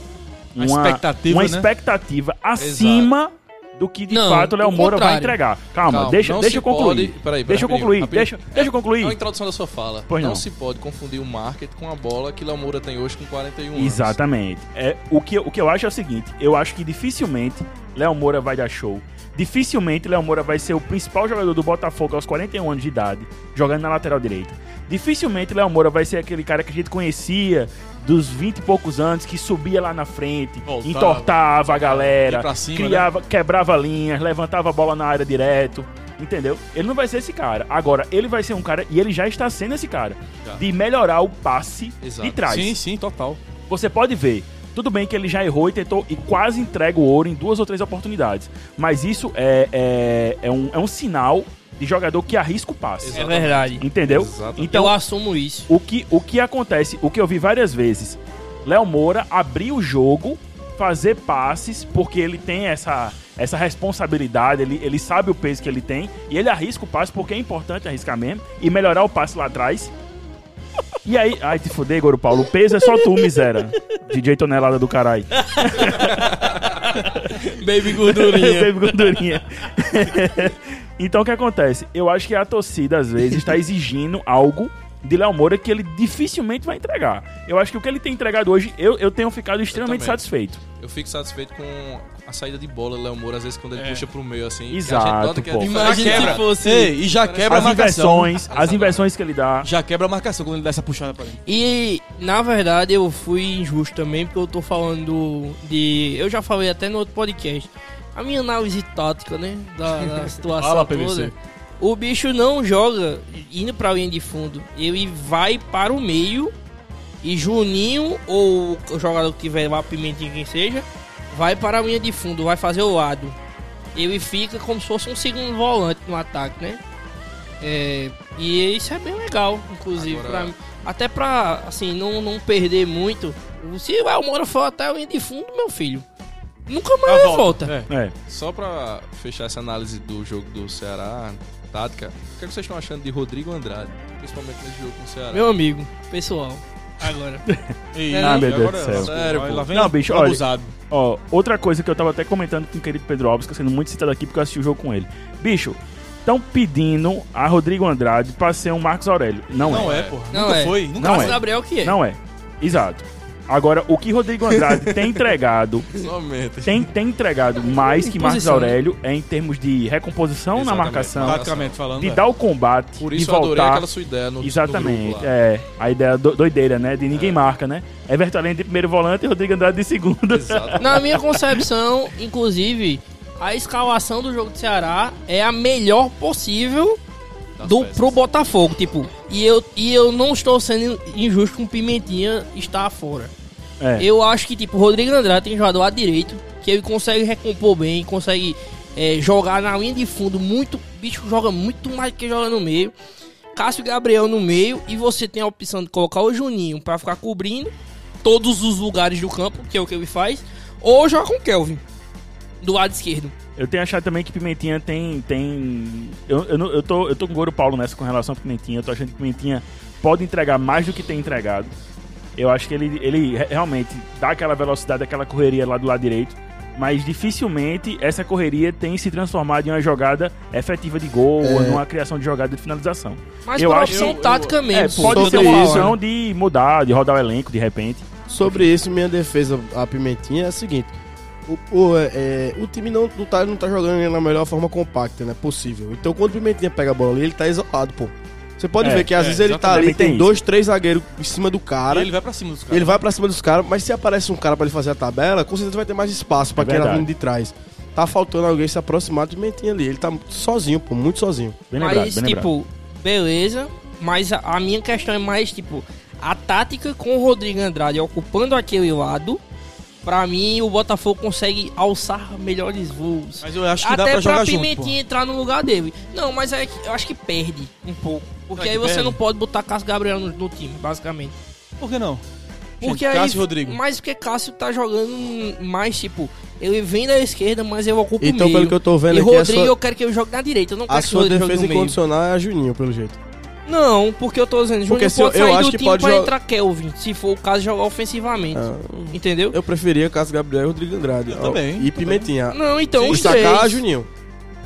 uma, Uma expectativa, uma né? expectativa acima do que de Não, fato o Léo o Moura vai contrário. entregar. Calma, Calma, deixa, não deixa se eu concluir. pode- peraí, peraí, deixa eu rapidinho, concluir, rapidinho. deixa, deixa eu É uma concluir. introdução da sua fala. Pois não. não. se pode confundir o market com a bola que Léo Moura tem hoje com 41 anos. Exatamente. É, o, que, o que eu acho é o seguinte, eu acho que dificilmente Léo Moura vai dar show. Dificilmente Léo Moura vai ser o principal jogador do Botafogo aos 41 anos de idade, jogando na lateral direita. Dificilmente Léo Moura vai ser aquele cara que a gente conhecia dos 20 e poucos anos, que subia lá na frente, Voltava, entortava a ia galera, pra cima, criava, quebrava linhas, levantava a bola na área direto. Entendeu? Ele não vai ser esse cara. Agora, ele vai ser um cara, e ele já está sendo esse cara, Já. de melhorar o passe Exato. de trás Sim, sim, total. você pode ver. Tudo bem que ele já errou e tentou e quase entrega o ouro em duas ou três oportunidades. Mas isso é, é, é, um, é um sinal de jogador que arrisca o passe. Exato. É verdade. Entendeu? Exatamente. Então, eu assumo isso. o que, o que acontece, o que eu vi várias vezes, Léo Moura abrir o jogo, fazer passes, porque ele tem essa, essa responsabilidade, ele, ele sabe o peso que ele tem, e ele arrisca o passe porque é importante arriscar mesmo, e melhorar o passe lá atrás. E aí, ai, te fudei, Goro Paulo, o peso é só tu, miséria. DJ tonelada do caralho. Baby gordurinha. Teve gordurinha. então o que acontece? Eu acho que a torcida, às vezes, está exigindo algo de Léo Moura que ele dificilmente vai entregar. Eu acho que o que ele tem entregado hoje, eu, eu tenho ficado extremamente também. satisfeito. Eu fico satisfeito com a saída de bola do Léo Moura, às vezes quando ele puxa pro meio assim. que Exato, a gente nota que pô. é É. Imagina Já quebra. se fosse. Ei, e já quebra a As É marcação. inversões, as inversões que ele dá. Já quebra a marcação quando ele dá essa puxada pra ele. E, na verdade, eu fui injusto também, porque eu tô falando de... Eu já falei até no outro podcast. A minha análise tática, né? Da, da situação Fala, toda. PVC. O bicho não joga indo pra linha de fundo. Ele vai para o meio e Juninho, ou o jogador que tiver lá, Pimentinho, quem seja, vai para a linha de fundo, vai fazer o lado. Ele fica como se fosse um segundo volante no ataque, né? É, e isso é bem legal, inclusive, Agora- pra mim. Até pra, assim, não, não perder muito. Se o El Moura for até a linha de fundo, meu filho, nunca mais ele volta. É. É. tipo, Só pra fechar essa análise do jogo do Ceará, tática, o que, é que vocês estão achando de Rodrigo Andrade? Principalmente nesse jogo com o Ceará. Meu amigo, pessoal, agora... Ei, Ah, meu Deus e É, agora- do céu. Sério, Vai, pô. lá vem Não, bicho, olha- abusado. Ó, outra coisa que eu tava até comentando com o querido Pedro Alves, que tá sendo muito citado aqui porque eu assisti o jogo com ele. Bicho, estão pedindo a Rodrigo Andrade pra ser um Marcos Aurélio. Não, Não é. é, porra. Não Nunca é. foi. Nunca Não foi. Mas é. Gabriel que é. Não é. Exato. Agora, o que Rodrigo Andrade tem entregado, Somente. tem, tem entregado mais que Marcos Imposição, né? Aurélio é em termos de recomposição Exatamente. na marcação, Taticamente falando. de é. dar um o combate, Por de isso eu voltar. adorei aquela sua ideia no no Exatamente. grupo lá. É. É, a ideia do- doideira, né? De ninguém marca, né? Everton Allen de primeiro volante e Rodrigo Andrade de segundo. Exato. Na minha concepção, inclusive, a escalação do jogo do Ceará é a melhor possível Das do, peças. pro Botafogo, tipo. E eu, e eu não estou sendo injusto com o Pimentinha estar fora. É. Eu acho que, tipo, o Rodrigo Andrade tem jogador à direito, que ele consegue recompor bem, consegue é, jogar na linha de fundo muito. O bicho joga muito mais do que joga no meio. Cássio Gabriel no meio, e você tem a opção de colocar o Juninho pra ficar cobrindo todos os lugares do campo, que é o que ele faz, ou joga com o Kelvin, do lado esquerdo. Eu tenho achado também que Pimentinha tem. tem... Eu, eu, não- eu tô, eu tô com o Goro Paulo nessa com relação a Pimentinha. Eu tô achando que Pimentinha pode entregar mais do que tem entregado. Eu acho que ele, ele re- realmente dá aquela velocidade, aquela correria lá do lado direito. Mas dificilmente essa correria tem se transformado em uma jogada efetiva de gol ou numa criação de jogada de finalização. Mas um Eu por acho- opção eu- eu- tática É, mesmo. pode eu ser tô uma falando. opção de mudar, de rodar o elenco de repente. Sobre isso, minha defesa a Pimentinha é a seguinte. O, o, é, é, o time não, não, tá, não tá jogando na melhor forma compacta, né? Possível. Então, quando o Pimentinha pega a bola ali, ele tá isolado, pô. Você pode É, ver que às é, vezes ele tá exatamente, ali, tem tem isso. dois, três zagueiros em cima do cara. E Ele Ele vai pra cima dos vai, caras. pra cima dos caras, mas se aparece um cara pra ele fazer a tabela, com certeza vai ter mais espaço pra É quem tá verdade. vindo de trás. Tá faltando alguém se aproximar do Pimentinha ali. Ele tá sozinho, pô, muito sozinho. Bem lembrado, Mas, bem lembrado. tipo, beleza. Mas a, a minha questão é mais, tipo, a tática com o Rodrigo Andrade ocupando aquele lado. Pra mim, o Botafogo consegue alçar melhores voos. Mas eu acho que dá Até pra pra jogar Pimentinha junto. pô. entrar no lugar dele. Não, mas é que eu acho que perde um pouco. Porque Ah, aí que você perde? não pode botar Cássio Gabriel no, no time, basicamente. Por que não? Porque Gente, aí, Cássio e Rodrigo. Mas porque Cássio tá jogando mais, tipo, ele vem da esquerda, mas eu ocupo Então, o meio. pelo que eu tô vendo e aqui, a Rodrigo, sua- eu quero que ele jogue na direita. Eu não quero A que o sua Rodrigo defesa jogue tá no meio. incondicional é a Juninho, pelo jeito. Não, porque eu tô dizendo, Júnior Porque se eu- pode eu sair acho do que time pode pra jo- entrar Kelvin, se for o caso jogar ofensivamente. Ah. Entendeu? Ah, Eu preferia Cássio Gabriel e Rodrigo Andrade. Eu Ó, também, E também. Pimentinha. Não, então os três. Destacar Juninho.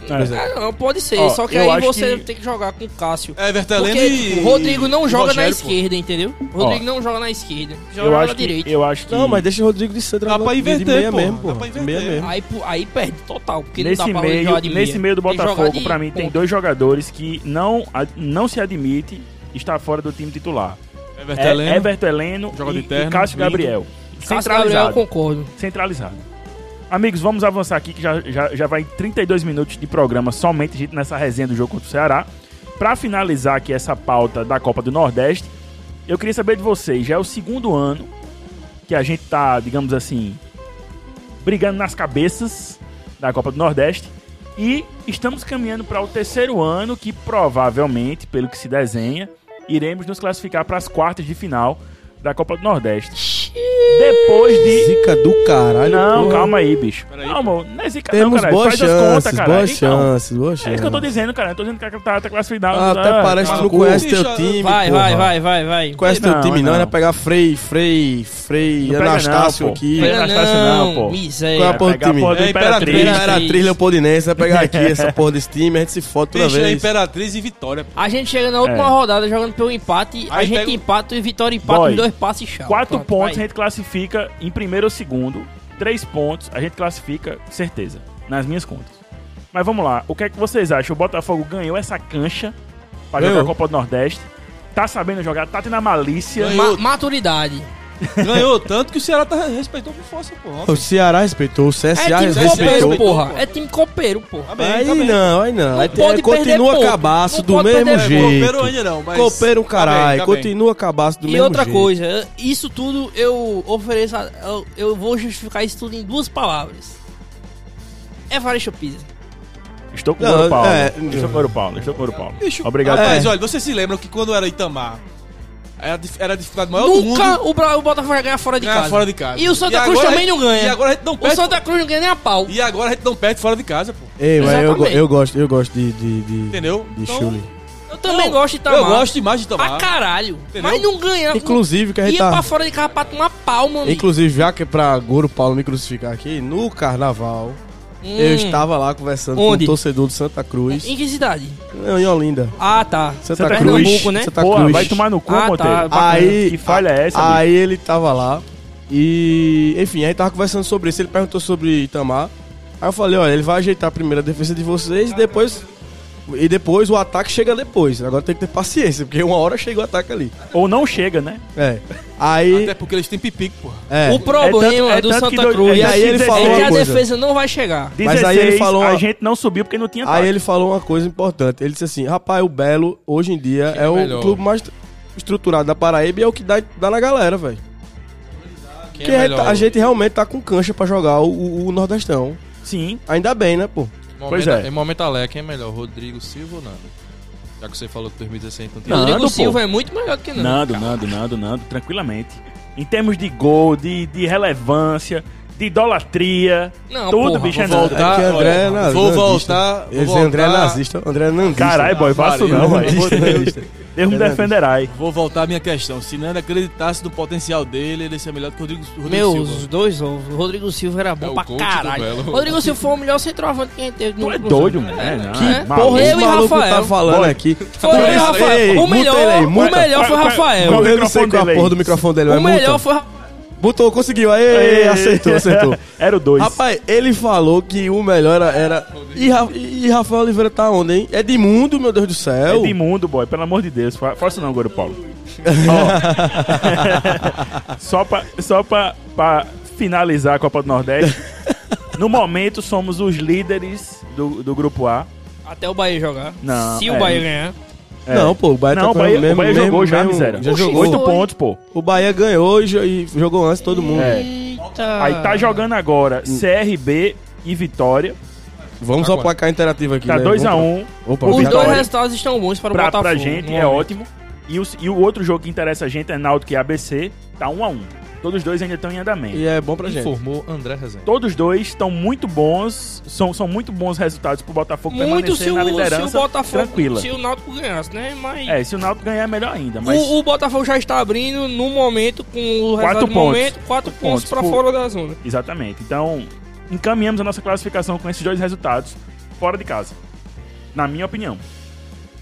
É. Ah, não, pode ser, Ó, só que eu aí acho você que- tem que jogar com o Cássio. É, Vertelene Porque e... tipo, o Rodrigo não e joga na Rogério, pô. esquerda, entendeu? O Rodrigo não joga na esquerda, joga eu na acho que, direita. eu acho que Não, mas deixa o Rodrigo de centro. Dá pra de inverter, meia pô. mesmo, pô. Dá pra De meia inverter. mesmo. Aí, pô, aí perde total, porque nesse não dá pra jogar meio, tá de meia. nesse meio do Tem que jogar Botafogo, de pra mim, tem ponta. dois jogadores que não, a- não se admite estar fora do time titular. É É, Vertelene. Everton Heleno Joga de e, terno, e Cássio lindo. Gabriel. Cássio Gabriel, eu Centralizado. concordo. Centralizado. Amigos, vamos avançar aqui que já, já, já vai 32 minutos de programa somente gente, nessa resenha do jogo contra o Ceará. Pra finalizar aqui essa pauta da Copa do Nordeste, eu queria saber de vocês. Já é o segundo ano que a gente tá, digamos assim, brigando nas cabeças da Copa do Nordeste. E estamos caminhando para o terceiro ano que provavelmente, pelo que se desenha, iremos nos classificar para as quartas de final da Copa do Nordeste. Depois de Zica do caralho. não, porra. calma aí, bicho. Peraí. Calma, não é zica não, Temos caralho. boas Faz as contas, chances, caralho. boas Então, chances, boas É isso que eu tô chances. dizendo, cara. Eu tô dizendo que a tá classificada. Ah, até parece que tu não calma. conhece Bicho, teu time, Vai, porra. vai, vai, vai, vai. Conhece teu Não, time não, não. ele vai pegar Frei, Frei, Frei, Não pega Anastácio não, pô. aqui. Pega- Anastácio não, pô. Qual é a porra Miséria. do Pegar a time? porra do É, Imperatriz. Imperatriz. Era a trilha Podinense, vai pegar aqui essa porra desse time, a gente se foda toda Peixe, vez. Imperatriz e Vitória. pô. A gente chega na última É. rodada jogando pelo empate, a Aí gente pega o- empata e Vitória empata Boy, em dois passes e chave. Quatro Pronto, pontos a vai. gente classifica em primeiro ou segundo. Três pontos a gente classifica, certeza. Nas minhas contas. Mas vamos lá. O que é que vocês acham? O Botafogo ganhou essa cancha pra jogar a Ganhou. Copa do Nordeste. Tá sabendo jogar, tá tendo a malícia. Ganhou. Ma- maturidade. Ganhou tanto que o Ceará tá respeitou com força, pô. O Ceará respeitou, o CSA é time respeitou. copeiro, respeitou, porra. pô. É time copeiro, porra. Tá bem, Aí tá bem. não, aí não. Aí tem- pode perder continua ponto. cabaço Não do pode mesmo perder É, copeiro jeito. ainda não, mas... Copeiro, caralho. Tá bem, tá bem. Continua cabaço do E mesmo outra jeito. coisa, isso tudo eu ofereço. a- Eu, eu vou justificar isso tudo em duas palavras. É Varejo Pisa. Estou com o Não, Ouro Paulo. é- Estou com o Ouro Paulo. Estou com o Ouro Paulo. Bicho, Obrigado. Mas É. olha, vocês se lembram que quando era Itamar, era a dif- era a dificuldade maior do É mundo... Nunca o, Bra- o Botafogo vai ganhar fora de ganhar casa. fora de casa. E o Santa Cruz agora também a gente- não ganha. E agora a gente não O perde... Santa Cruz não ganha nem a pau. E agora a gente não perde fora de casa, pô. Ei, mas eu, go- Exatamente. eu gosto, eu gosto de. de, de Entendeu? De Então, chule. Eu também Não, gosto de Itamar. Eu gosto demais de pra Itamar. caralho. Entendeu? Mas não ganha. Inclusive, que a gente Ia pra tá. fora de casa pra tomar palma, amigo. Inclusive, já que é pra Goro Paulo me crucificar aqui, no carnaval, Eu estava lá conversando Hum. Onde? com um torcedor do Santa Cruz. Em que cidade? Não, em Olinda. Ah, tá. Santa, Santa Cruz. Pernambuco, né? Santa Porra, Cruz. vai tomar no cu, Ah, tá. Monteiro. Bacana. Aí- que falha é essa, bicho? Aí ele tava lá e, enfim, aí tava conversando sobre isso. Ele perguntou sobre Itamar. Aí eu falei, olha, ele vai ajeitar primeiro a defesa de vocês e depois. E depois o ataque chega depois. Agora tem que ter paciência, porque uma hora chega o ataque ali. Ou não chega, né? É. Aí. Até porque eles têm pipique, pô. É. O problema É tanto- é do tanto que Santa dois- né? Cruz E aí ele dezesseis- falou é que uma a coisa. defesa não vai chegar. 16, Mas aí ele falou a uma- gente não subiu porque não tinha Aí ataque. ele falou uma coisa importante. Ele disse assim: rapaz, o Belo, hoje em dia, é, é o melhor? clube mais estruturado da Paraíba e é o que dá, dá na galera, velho. Quem Porque é melhor? a gente realmente tá com cancha pra jogar o- o- o Nordestão. Sim. Ainda bem, né, pô? Momento, Pois é. Em momento alegre, quem é melhor? Rodrigo Silva ou Nando? Já que você falou que 2016 não tem. Não. Rodrigo Nando, pô. Silva é muito melhor que não. Nando, Nando, Nando, Nando, tranquilamente. Em termos de gol, de, de relevância, de idolatria, Não, tudo, porra, bicho, é vou Nando. voltar. Tá, Aqui André olha, é na- vou nazista. voltar, vou Ele diz André é voltar. nazista, André é nandista. Caralho, boy, faço Maria, não, meu mas Deus. Deus me defenderai. Vou voltar à minha questão. Se Nando acreditasse no potencial dele, ele seria melhor que o Rodrigo, Rodrigo Meus Silva. dois ovos. Rodrigo Silva era É bom o pra coach do caralho. Belo. Rodrigo Silva foi o melhor centroavante que a gente teve no Tu é Cruzeiro. doido, mano. É, não, Que é maluco. porra, eu Esse e maluco Rafael. tá falando Boy. aqui. Foi o Ei, melhor, ei, Rafael. O muta ele aí, melhor, o muta. melhor foi Qual- qual- qual- Rafael. Eu não sei microfone qual é dele a aí. porra do microfone dele, O mas melhor muta. foi Rafael. Botou, conseguiu. Aê, É, acertou, acertou. Era o 2. Rapaz, ele falou que o melhor era... era... E, Ra- e Rafael Oliveira tá onde, hein? Edmundo, meu Deus do céu. Edmundo, É boy, pelo amor de Deus. fa- Faça não, Goro Paulo. Ó. só pra, só pra, pra finalizar a Copa do Nordeste. No momento, somos os líderes do, do Grupo A. Até o Bahia jogar. Não, Se é. o Bahia ganhar. É. Não, pô, o Bahia Não, tá o com Bahia, mesmo, o Bahia mesmo- jogou já, mesmo- miséria. já Oxi, jogou. Oito foi. pontos, pô. O Bahia ganhou e, jo- e jogou antes todo mundo. É. Eita. Aí tá jogando Hum. agora CRB e Vitória. Vamos ao Agora. placar interativo aqui. Tá né? 2x1 Vamos um pra- Opa, Os Os Vitória. dois resultados estão bons para o pra, Botafogo. Um pra gente, é normalmente. ótimo. E o, e o outro jogo que interessa a gente é Náutico e ABC, tá 1 a 1 Todos dois ainda estão em andamento. E é bom pra gente. Informou André Rezende. Todos dois estão muito bons, são, são muito bons resultados pro Botafogo Muito permanecer se na o, se liderança o Botafogo. tranquila. Se o Náutico ganhasse, né? Mas. É, se o Náutico ganhar é melhor ainda, mas O, o Botafogo já está abrindo no momento, com o resultado Quatro do pontos. momento, quatro pontos. pontos, para Pô. fora da zona. exatamente. Então, encaminhamos a nossa classificação com esses dois resultados fora de casa. Na minha opinião.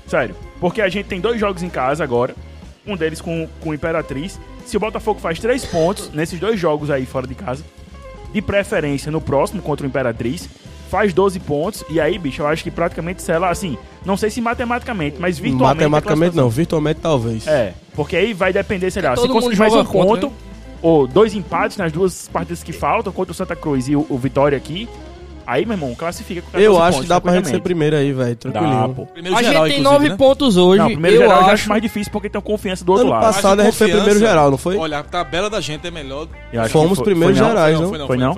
Sério, porque a gente tem dois jogos em casa agora, um deles com, com o Imperatriz. Se o Botafogo faz três pontos nesses dois jogos aí fora de casa, de preferência no próximo contra o Imperatriz, faz 12 pontos, e aí, bicho, eu acho que praticamente sela, assim, não sei se matematicamente, mas virtualmente. a Matematicamente não, virtualmente talvez. É, porque aí vai depender, sei lá, Porque se É todo conseguir mundo mais um joga contra, né? ponto, ou dois empates nas duas partidas que faltam, contra o Santa Cruz e o, o Vitória aqui, aí, meu irmão, classifica com 14 Eu acho que pontos, dá pra gente ser tranquilamente. primeiro aí, velho. Tranquilinho. Dá, pô. Primeiro a geral, gente tem inclusive, nove né? pontos hoje. Não, primeiro eu geral eu já acho acho. mais difícil porque tem confiança do outro Ano lado. passado- é Passada, a gente foi Confiança. primeiro geral, não foi? Olha, a tabela da gente é melhor. Eu acho que Fomos foi- primeiros foi não. gerais, não? Foi não?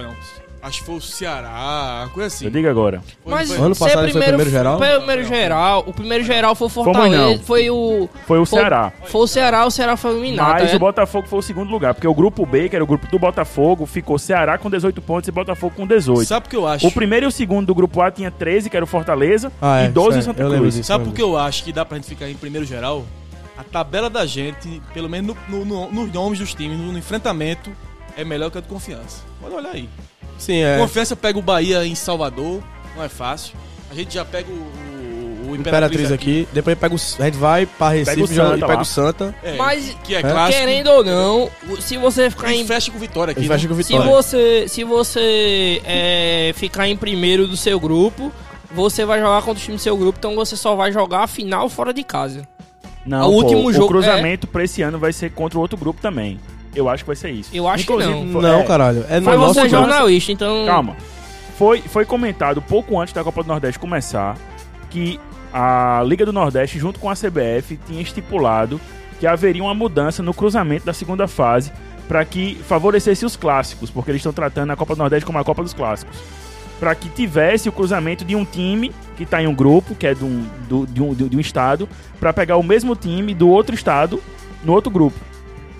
Acho que foi o Ceará, uma coisa assim. Eu digo agora. Foi- Mas foi- Ano ser passado ele foi primeiro geral? primeiro geral, o primeiro geral foi o mais Fortaleza, não. foi o Foi o Ceará. Foi o Ceará, o Ceará foi eliminado. Mas tá o Botafogo foi o segundo lugar, porque o grupo B, que era o grupo do Botafogo, ficou Ceará com 18 pontos e Botafogo com 18. Sabe o que eu acho? O primeiro e o segundo do grupo A tinha 13, que era o Fortaleza, Ah, e é, 12 o isso é, Santa eu Cruz. lembro disso. Sabe Vamos. por que eu acho que dá pra gente ficar em primeiro geral? A tabela da gente, pelo menos no- no- no- nos nomes dos times, no, no enfrentamento, é melhor que a do Confiança. Pode olhar aí. Sim, é. Confiança pega o Bahia em Salvador, não é fácil. A gente já pega o, o, o Imperatriz, Imperatriz aqui. Depois pega o. A gente vai pra Recife Pega o joga- Santa e pega lá. o Santa. É, Mas, que é é, clássico. Querendo ou não, o- se você ficar E em fecha com vitória aqui. E fecha com né? se vitória. você se você é, ficar em primeiro do seu grupo, você vai jogar contra o time do seu grupo, então você só vai jogar a final fora de casa. Não, O último o jogo- é. cruzamento pra esse ano vai ser contra o outro grupo também. Eu acho que vai ser isso. Eu acho que não. foi- Não, é, caralho. É no Mas nosso você é jogo. grupo. jornalista, então Calma. Foi, foi comentado pouco antes da Copa do Nordeste começar que a Liga do Nordeste, junto com a CBF, tinha estipulado que haveria uma mudança no cruzamento da segunda fase para que favorecesse os clássicos, porque eles estão tratando a Copa do Nordeste como a Copa dos Clássicos. Para que tivesse o cruzamento de um time que está em um grupo, que é de um, do- de um, de um estado, para pegar o mesmo time do outro estado no outro grupo.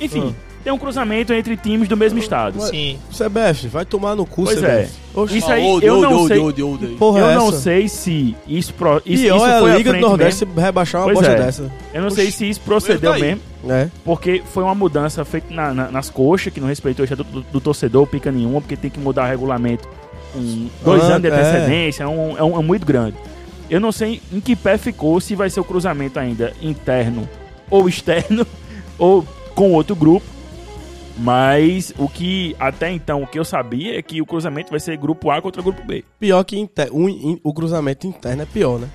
Enfim, tem um cruzamento entre times do mesmo estado. sim. CBF, vai tomar no cu, Pois é. CBF. Oxi, Isso aí, Ah, old, eu old, não old, sei- old, old aí. porra, eu é não essa? sei se isso, pro, isso, isso Pior é foi a à Liga do frente Nordeste mesmo. rebaixar uma Pois bosta é. dessa. Eu não sei se isso procedeu Tá aí. mesmo, É. porque foi uma mudança feita na- na- nas coxas, que não respeitou o estatuto do, do torcedor, pica nenhuma, porque tem que mudar o regulamento com dois Ah, anos de é. antecedência, é, um, é, um- é muito grande. Eu não sei em que pé ficou, se vai ser o cruzamento ainda interno ou externo, ou com outro grupo. Mas o que até então o que eu sabia é que o cruzamento vai ser grupo A contra grupo B. Pior que inter- o, in- o cruzamento interno é pior, né?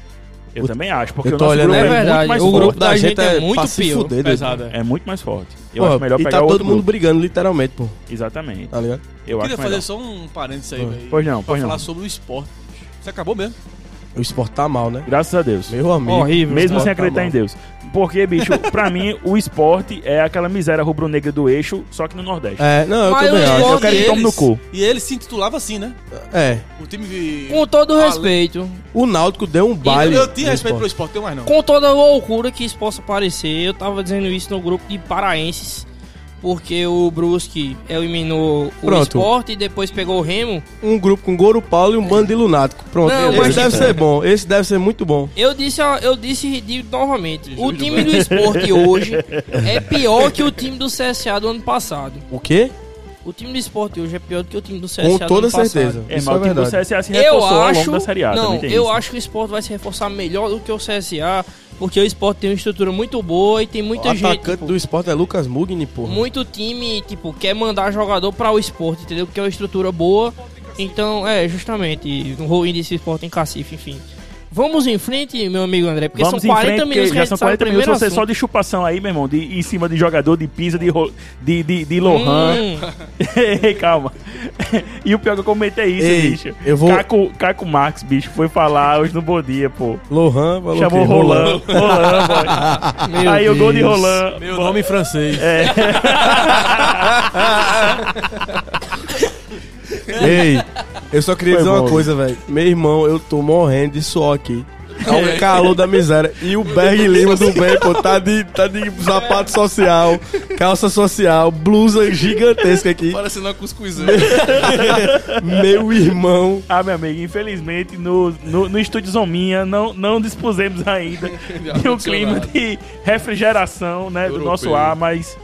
Eu O- também acho, porque eu o tô nosso olhando grupo aí. é, É verdade, muito mais o forte. grupo da gente é muito pra se pior. fuder, doido. Pesado, é. É muito mais forte. Eu Pô, acho melhor e pegar tá todo outro mundo grupo. brigando, literalmente, pô. Exatamente. Tá ligado? Eu acho Queria melhor. fazer só um parênteses aí, Ah. velho. Pois não, Pra pois falar não. sobre o esporte. bicho. Você acabou mesmo. O esporte tá mal, né? Graças a Deus. Meu amigo. Horrível. Mesmo sem esporte tá acreditar mal. em Deus. Porque, bicho, pra mim, o esporte é aquela miséria rubro-negra do eixo, só que no Nordeste. É, não, eu Mas também o acho. esporte- Eu quero que tome no cu. E ele se intitulava assim, né? É. O time de... Com todo o Ale- respeito, O Náutico deu um baile. Eu tinha no respeito pelo esporte. esporte, tem mais não. com toda a loucura que isso possa parecer, eu tava dizendo isso no grupo de paraenses, porque o Brusque eliminou o Pronto. esporte e depois pegou o Remo. Um grupo com Goro Paulo e um bando de lunático. Pronto. Não, esse mas- deve ser bom. Esse deve ser muito bom. Eu disse, eu disse de- novamente, o Júlio, né? time do esporte hoje é pior que o time do CSA do ano passado. O quê? O time do esporte hoje é pior do que o time do CSA Com do toda ano passado. certeza. É, Isso mas é o time do verdade. CSA se Eu reforçou ao acho. longo da Série A. não, também tem eu isso. acho que o esporte vai se reforçar melhor do que o CSA, porque o esporte tem uma estrutura muito boa e tem O muita gente. atacante tipo, do esporte é Lucas Mugni, porra. Muito time, tipo, quer mandar jogador pra o esporte, entendeu? Porque é uma estrutura boa. Então, é, justamente, no ruim desse esporte em Cacife, enfim. Vamos em frente, meu amigo André, porque Vamos são em 40 frente, minutos porque que a já gente são sai do 40 minutos, primeiro você só assunto. de chupação aí, meu irmão, de, em cima de jogador, de pisa, de, ro- de, de, de Lohan. Hum. Calma. E o pior é que eu comentei isso, Ei, bicho. eu vou- Caco, Caco Marx, bicho, foi falar hoje no Bom Dia, pô. Lohan falou Chamou o quê? Roland. Roland, boy. Meu Aí o gol de Deus. Roland. Meu nome francês. Ei, eu só queria Foi dizer uma bom. coisa, velho. Meu irmão, eu tô morrendo de suor aqui. Tá um calor da miséria. E o Berg Lima do bem, pô, tá de, tá de sapato social, calça social, blusa gigantesca aqui. Parecendo uma cuscuzeira. Meu irmão. Ah, meu amigo, infelizmente no, no, no estúdio Zominha não, não dispusemos ainda de um clima de refrigeração né, do Europeu. nosso ar, mas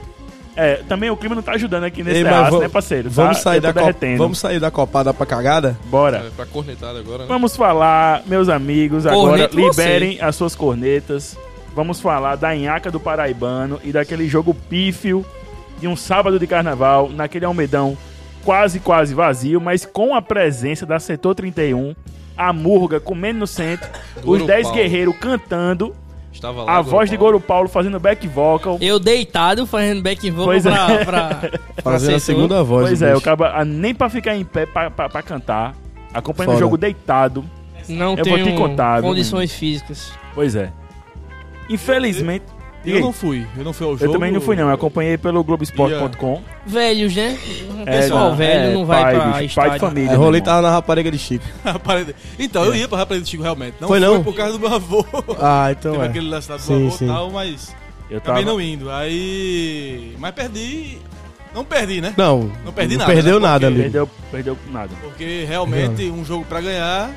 é, também o clima não tá ajudando aqui nesse Ei, mas aço, vamos- né, parceiro? Tá- Vamos sair, eu tô da copa, derretendo. vamos sair da copada pra cagada? Bora. É, pra cornetada agora, né? Vamos falar, meus amigos, agora Corneta você. liberem as suas cornetas. Vamos falar da Inhaca do Paraibano e daquele jogo pífio de um sábado de carnaval, naquele almedão quase, quase vazio, mas com a presença da Setor 31, a Murga comendo no centro, os Goro 10 Paulo. guerreiros cantando, Estava lá. a Goro voz de Paulo. Goro Paulo fazendo back vocal. Eu deitado fazendo back vocal Pois é. pra, pra, pra Fazendo a assessor. segunda voz. Pois o é, eu bicho. acaba ah, nem pra ficar em pé pra, pra, pra cantar, acompanhando o Foda. jogo deitado. Não Eu vou tenho te contar, viu, condições físicas. Pois é. Infelizmente. Diga Eu aí. não fui. Eu não fui ao Eu jogo. também não fui, não. Eu acompanhei pelo Globoesporte.com. Velhos, né? É, Pessoal velho é, não vai pai, pra bicho, Pai de estádio. família. É, meu Rolê irmão. tava na rapariga de Chico. Aparente- Então, eu ia pra Rapariga do Chico realmente. Não Foi, fui não? por causa do meu avô. Ah, então Teve é. aquele lance lá do Sim, avô sim. e tal, mas Eu tava... acabei não indo. Aí. Mas perdi. Não perdi, né? Não, Não perdi não nada, perdeu né? nada, Porque- amigo. Perdeu, perdeu nada. Porque realmente um jogo pra ganhar,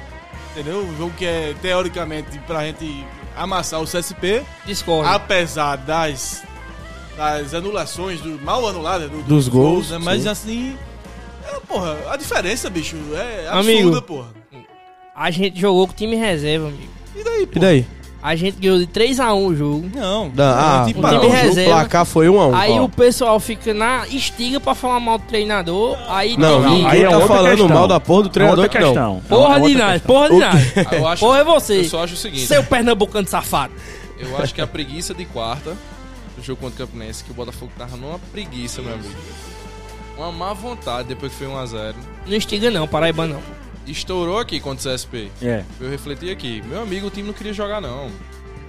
entendeu? Um jogo que é teoricamente pra gente amassar o CSP, Discordo. apesar das, das anulações, do mal anulada do- Dos gols, né? Mas sim. assim, é, porra, a diferença, bicho, é absurda, Amigo. porra. A gente jogou com time reserva, amigo. E daí, E porra? daí? A gente ganhou de 3x1 o jogo. Não, tipo, Da- não, ah, tipo, tem que o parar time o jogo. o reserva. placar foi 1 um a 1 um, Aí ó. o pessoal fica na estiga pra falar mal do treinador. Aí Não, tem- ninguém Aí é tá outra falando questão. É mal da porra do treinador então. É Outra que não. questão. Porra Outra de questão. nada, porra de nada. Ah, eu acho, Porra é você. Eu só acho o seguinte. Seu pernambucano safado. Eu acho que é a preguiça de quarta, do jogo contra o Campinense, que o Botafogo tava numa preguiça, meu amigo. Uma má vontade depois que foi 1x0. Não estiga não, Paraíba não. Estourou aqui contra o CSP. É. Eu refleti aqui. Meu amigo, o time não queria jogar, não.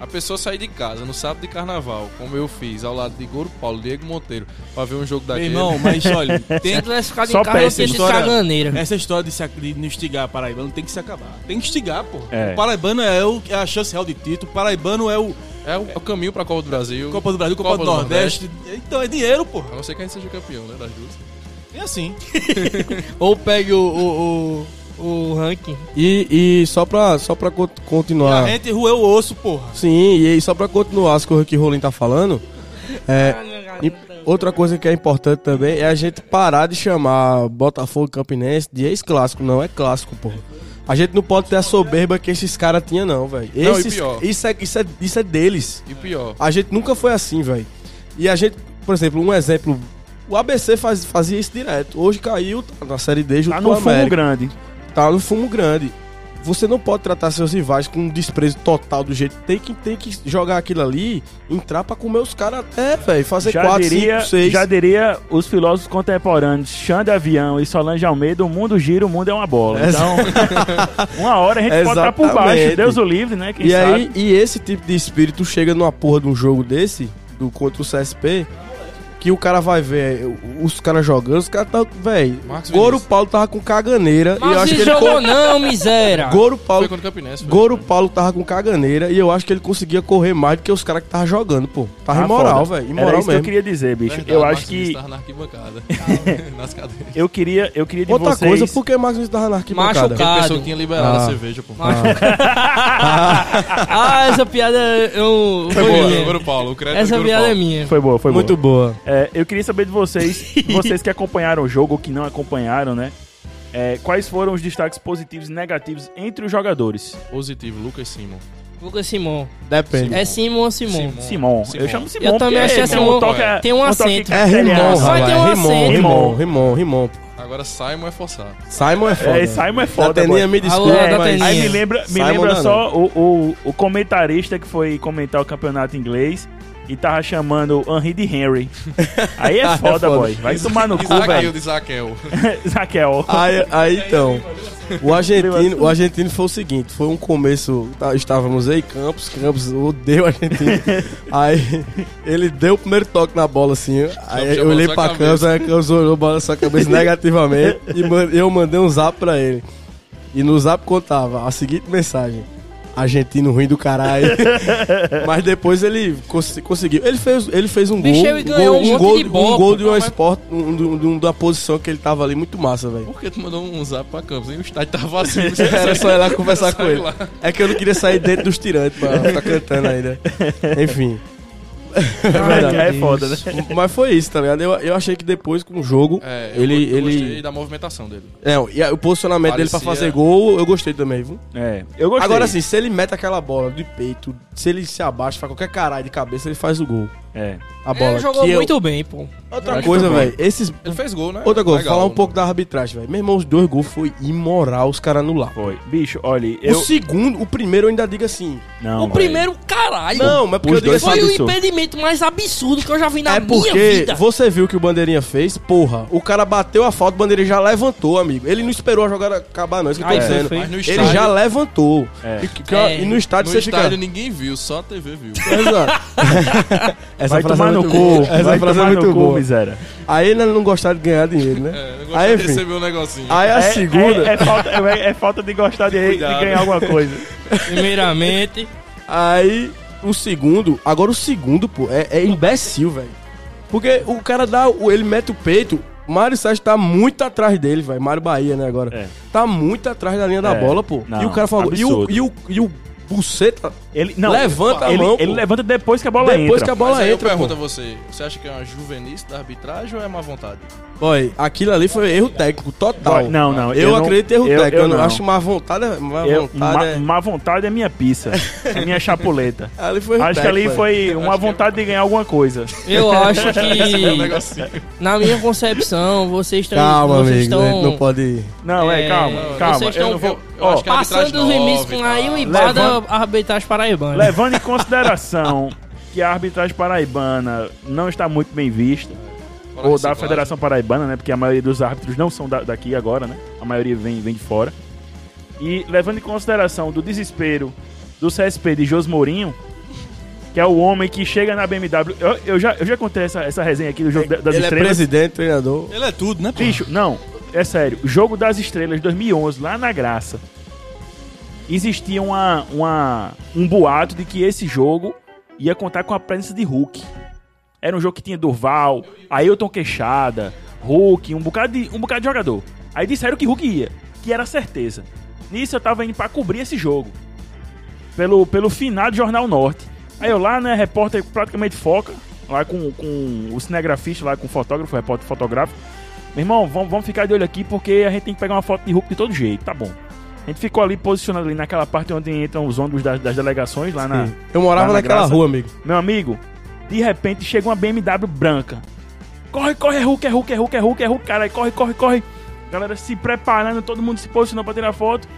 A pessoa sair de casa no sábado de carnaval, como eu fiz, ao lado de Goro Paulo, Diego Monteiro, pra ver um jogo Meu daquele. irmão, mas olha, Se tem, eu tivesse ficado Só em casa, eu péssimo. tinha sido História- caganeira. Essa história de, se, de não instigar a Paraibano tem que se acabar. Tem que instigar, pô. É. O Paraibano é, o, é a chance real de título. O Paraibano é o É o, é o caminho pra Copa do Brasil. Copa do Brasil, Copa, Copa do, do Nordeste. Então é dinheiro, pô. A não ser que a gente seja campeão, né? Da Justa. É assim. Ou pegue o, o, o, o ranking. E, e só pra, só pra co- A continuar. gente roeu o osso, porra. Sim, e aí só pra continuar as coisas que o Rolim tá falando. É, Outra coisa que é importante também é a gente parar de chamar Botafogo e Campinense de ex-clássico. Não é clássico, porra. A gente não pode ter a soberba que esses caras tinham, não, velho. Não, e Esses- pior. Isso é, isso, é, isso é deles. E pior. A gente nunca foi assim, velho. E a gente, por exemplo, um exemplo. O ABC faz- fazia isso direto. Hoje caiu tá na Série D junto Tá com o num fumo América. grande. Tá no fumo grande. Você não pode tratar seus rivais com um desprezo total do jeito. Tem que, tem que jogar aquilo ali, entrar pra comer os caras até, velho. Fazer Já 4, diria, 5, 6. já diria os filósofos contemporâneos Xande Avião e Solange Almeida, o mundo gira, o mundo é uma bola. Então, uma hora a gente pode estar por baixo, Exatamente. Deus o livre, né? Quem E sabe? aí, e esse tipo de espírito chega numa porra de um jogo desse, do contra o CSP, que o cara vai ver o- os caras jogando, os caras tá, velho. Marcos Goro Vinícius. Paulo tava com caganeira e eu Mas acho se que ele jogou co- não, miséria. Goro Foi Paulo, contra o Campinense. foi. Goro Paulo tava com caganeira e eu acho que ele conseguia correr mais do que os caras que tava jogando, pô. Tava Ah, imoral, foda. velho, Era imoral isso mesmo. que eu queria dizer, bicho. Verdade, eu o acho Marcos Vinícius que tava na arquibancada. nas tá- cadeiras. eu queria, eu queria de Outra vocês... coisa, por que Marcos Vinícius tava na arquibancada? Machucado. Ele pensou que tinha liberado Ah. a cerveja, pô. Ah, essa piada eu. Foi foi boa, minha. Goro Paulo. O crédito Essa do Goro piada é Paulo. minha. Foi boa, foi boa. Muito boa. É, eu queria saber de vocês, vocês que acompanharam o jogo ou que não acompanharam, né? É, quais foram os destaques positivos e negativos entre os jogadores? Positivo, Lucas Simon. Lucas Simon. Depende. É Simon ou Simon? Simon. Simon. Eu chamo Simon. Eu também porque achei tem um Simon. toque- Tem um toque acento. É Rimon, Vai ter rapaz. um Rimon, acento. Rimon, Rimon, Rimon. Agora Simon é forçado. Simon é foda. É, Simon é foda. Dateninha, boy. É, me desculpa, Alô, mas... Dateninha. Aí me lembra, me Simon lembra não. só o, o, o comentarista que foi comentar o campeonato inglês e tava chamando o Henry de Henry. Aí é foda, Ah, foda. boy. Vai tomar no cu, Zaqueu velho. de é Zaqueu. Zaqueu. Aí, aí, então, o argentino, o argentino foi o seguinte, foi um começo, tá, estávamos aí, Campos, Campos odeio o argentino. Aí ele deu o primeiro toque na bola assim, aí já eu olhei balançou a pra cabeça. Campos, aí Campos olhou, balançou a cabeça negativamente e man- eu mandei um zap pra ele. E no zap contava a seguinte mensagem. Argentino ruim do caralho. Mas depois ele cons- conseguiu. Ele fez, ele fez um Bicho, gol. ele ganhou um um monte gol, de um bola, gol pô, de um mas- esporte, um, de um- de um- da posição que ele tava ali, muito massa, velho. Por que tu mandou um zap pra Campos, hein? O estádio tava vazio. Era só ir lá conversar com Sai ele. lá. É que eu não queria sair dentro dos tirantes pra tá cantando ainda. Enfim. É verdade. É foda, né? Mas foi isso, tá ligado? Eu, eu achei que depois com o jogo, É, eu ele. go- eu ele... gostei da movimentação dele. É, e a- o posicionamento dele pra Parecia- fazer gol, eu gostei também, viu? É, eu gostei. Agora sim, se ele mete aquela bola de peito, se ele se abaixa, faz qualquer caralho de cabeça, ele faz o gol. É. A bola. Ele jogou que eu- muito bem, pô. Outra Acho coisa, que tá bom. velho. Esses. Ele fez gol, né? Outra coisa, Legal, falar um né? pouco da arbitragem, velho. Meu irmão, os dois gols foi imoral os caras anularam. Foi. Bicho, olha, eu. O segundo, o primeiro eu ainda digo assim. Não, é. o primeiro, caralho. Não, mas porque Os eu digo dois assim. Foi o absurdo. impedimento mais absurdo que eu já vi na é minha porque vida. você viu o que o Bandeirinha fez, porra. O cara bateu a falta, o Bandeirinha já levantou, amigo. Ele não esperou a jogada acabar, não. é Isso que eu tô Aí foi dizendo. feio. Mas no estádio, Ele já levantou. É. E, que- que- É. e no no estádio você estádio fica. ninguém viu, só a TV viu. Exato. Essa Vai frase tomar é no muito cu. boa. Essa Vai frase é tomar muito no cu, boa. miséria. Aí ele não gostava de ganhar dinheiro, né? É, eu Aí, Ah, gostei de enfim. receber um negocinho. Aí a É- segunda. É, é falta, é- é falta de gostar de, de Cuidado. ganhar alguma coisa. Primeiramente. Aí o segundo. Agora o segundo, pô, é, é imbecil, velho. Porque o cara dá. o- Ele mete o peito. Mário Sérgio tá muito atrás dele, velho. Mário Bahia, né, agora. É. Tá muito atrás da linha da É. bola, pô. Não, e o cara falou. E o, absurdo. e o, e o buceta Ele, não, levanta ele, a mão. ele pô. levanta depois que a bola Depois que entra. a bola Mas aí entra, eu pô. pergunto a você, você acha que é uma juvenice da arbitragem ou é má vontade? Boy, aquilo ali foi erro técnico total. Não, não. Eu, acredito em erro eu- técnico. Eu, não não. acho má vontade. Má Eu- vontade ma- é... Má vontade é minha pizza. É minha chapuleta. Ali foi erro Acho que ali técnico, velho. foi uma vontade de ganhar alguma coisa. Eu acho É um que, negocinho. na minha concepção, vocês estão. Calma, amigo. vocês né? estão Não pode. Não, é, É, calma, vocês calma. estão- Eu não vou. eu ó, acho que a passando arbitragem tá? dos limites nova e com a tal. Ibada Levanta- arbitragem paraibana. Levando em consideração que a arbitragem paraibana não está muito bem vista, Fora ou de da ciclagem. Federação Paraibana, né? Porque a maioria dos árbitros não são da- daqui agora, né? A maioria vem, vem de fora. E levando em consideração do desespero do CSP de Jos Mourinho, que é o homem que chega na BMW. Eu, eu já, eu já contei essa, essa resenha aqui do jogo da- das Ele é estrelas. presidente, treinador. Ele é tudo, né, pô? Bicho, não, é sério. Jogo das Estrelas 2011, lá na Graça. Existia uma, uma, um boato de que esse jogo ia contar com a presença de Hulk. Era um jogo que tinha Durval, Ailton Queixada, Hulk, um bocado de, um bocado de jogador. Aí disseram que Hulk ia, que era certeza. Nisso eu tava indo pra cobrir esse jogo. Pelo, pelo finado Jornal Norte. Aí eu lá, né, repórter praticamente foca. lá com, com o cinegrafista, lá com o fotógrafo, o repórter fotográfico. Meu irmão, vamos, vamos ficar de olho aqui porque a gente tem que pegar uma foto de Hulk de todo jeito, tá bom. A gente ficou ali posicionado ali naquela parte onde entram os ônibus das, das delegações, lá na. Eu morava Lá Ah. Tá na naquela Graça. rua, amigo. Meu amigo, de repente chega uma BMW branca. Corre, corre, é Hulk, é Hulk, é Hulk, é Hulk, é Hulk, cara. Corre, corre, corre. Galera se preparando, todo mundo se posicionando pra tirar foto.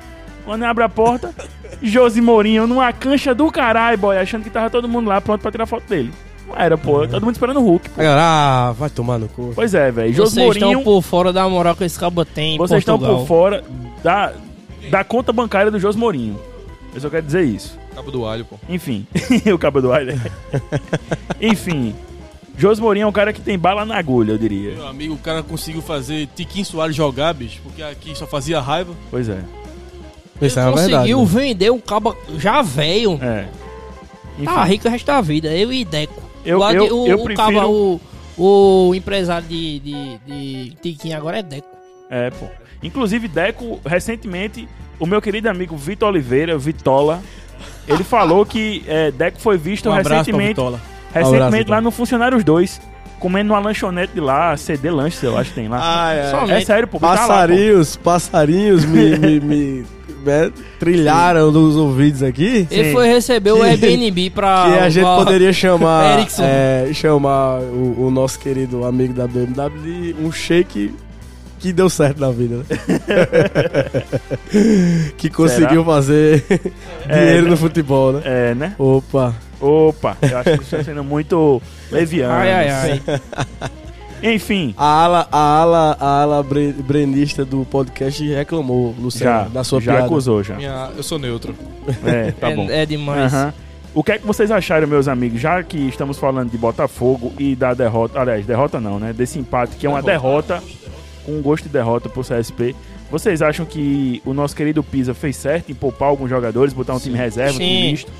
Quando abre a porta, Josi Mourinho numa cancha do caralho, boy, achando que tava todo mundo lá pronto pra tirar foto dele. Não era, pô, todo mundo esperando o Hulk. A galera, ah, vai tomar no cu. Pois é, velho. Josi Vocês Mourinho, estão por fora da moral que esse cabo tem em vocês estão Portugal. por fora da, da conta bancária do Josi Mourinho. Eu só quero dizer isso. Cabo do alho, pô. Enfim, o cabo do ar, né? Enfim, Jos Mourinho é um cara que tem bala na agulha, eu diria. Meu amigo, o cara conseguiu fazer Tiquinho Soares jogar, bicho, porque aqui só fazia raiva. Pois é. Isso é Ele uma verdade. conseguiu né? vender um cabo já velho. É. Enfim, Tá rico o resto da vida, eu e Deco. Eu- o, ad- eu- o, eu o prefiro- caba- o, o empresário de, de, de Tiquinho agora é Deco. é, pô. Inclusive, Deco, recentemente, o meu querido amigo Vitor Oliveira, Vitola, ele falou que é, Deco foi visto Um abraço pra recentemente, Vitola. Abraço, recentemente Vitor. lá no Funcionários 2, comendo uma lanchonete de lá, CD Lanches, eu acho que tem lá. Ah, é é. sério, pô. tá lá, pô. Passarinhos, passarinhos me, me, me, né, trilharam nos ouvidos aqui. Sim. Ele foi receber o Que- Airbnb pra. é Que a gente pra- poderia chamar, Erickson. é, chamar o, o nosso querido amigo da BMW de um shake que deu certo na vida, né? que conseguiu fazer dinheiro no futebol, né? É, né? Opa, Opa, eu acho que isso tá sendo muito leviano. Ai, ai, ai. Enfim, a ala, a ala, a ala bre- brenista do podcast reclamou, Luciano, já, da sua já piada. acusou, já. Minha- eu sou neutro. É, tá é, bom. é demais. Aham. O que é que vocês acharam, meus amigos? Já que estamos falando de Botafogo e da derrota, aliás, derrota não, né? Desse empate que é uma derrota, com um gosto de derrota pro CSP. Vocês acham que o nosso querido Pisa fez certo em poupar alguns jogadores, botar um time reserva, um time Sim. misto?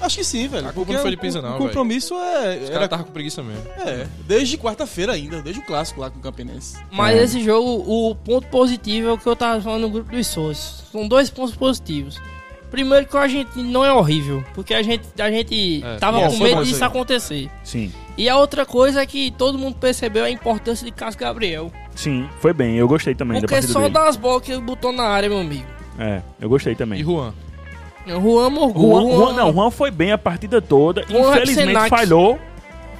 Acho que sim, velho. A culpa não foi de Pisa, não, O velho. compromisso é. Os Era, caras tava com preguiça mesmo. é, desde quarta-feira ainda, desde o clássico lá com o Campinense. Mas É. esse jogo, o ponto positivo é o que eu tava falando no grupo dos sócios. São dois pontos positivos. Primeiro que a gente não é horrível, porque a gente, a gente É, tava bom, com foi bom medo isso disso aí. acontecer. Sim. E a outra coisa é que todo mundo percebeu a importância de Cássio Gabriel. Sim, foi bem. Eu gostei também da Porque partida só dele. das bolas que ele botou na área, meu amigo. É, eu gostei também. E Juan? Juan Morgul. Juan, Juan- não, Juan foi bem a partida toda. Juan Infelizmente Senac. falhou.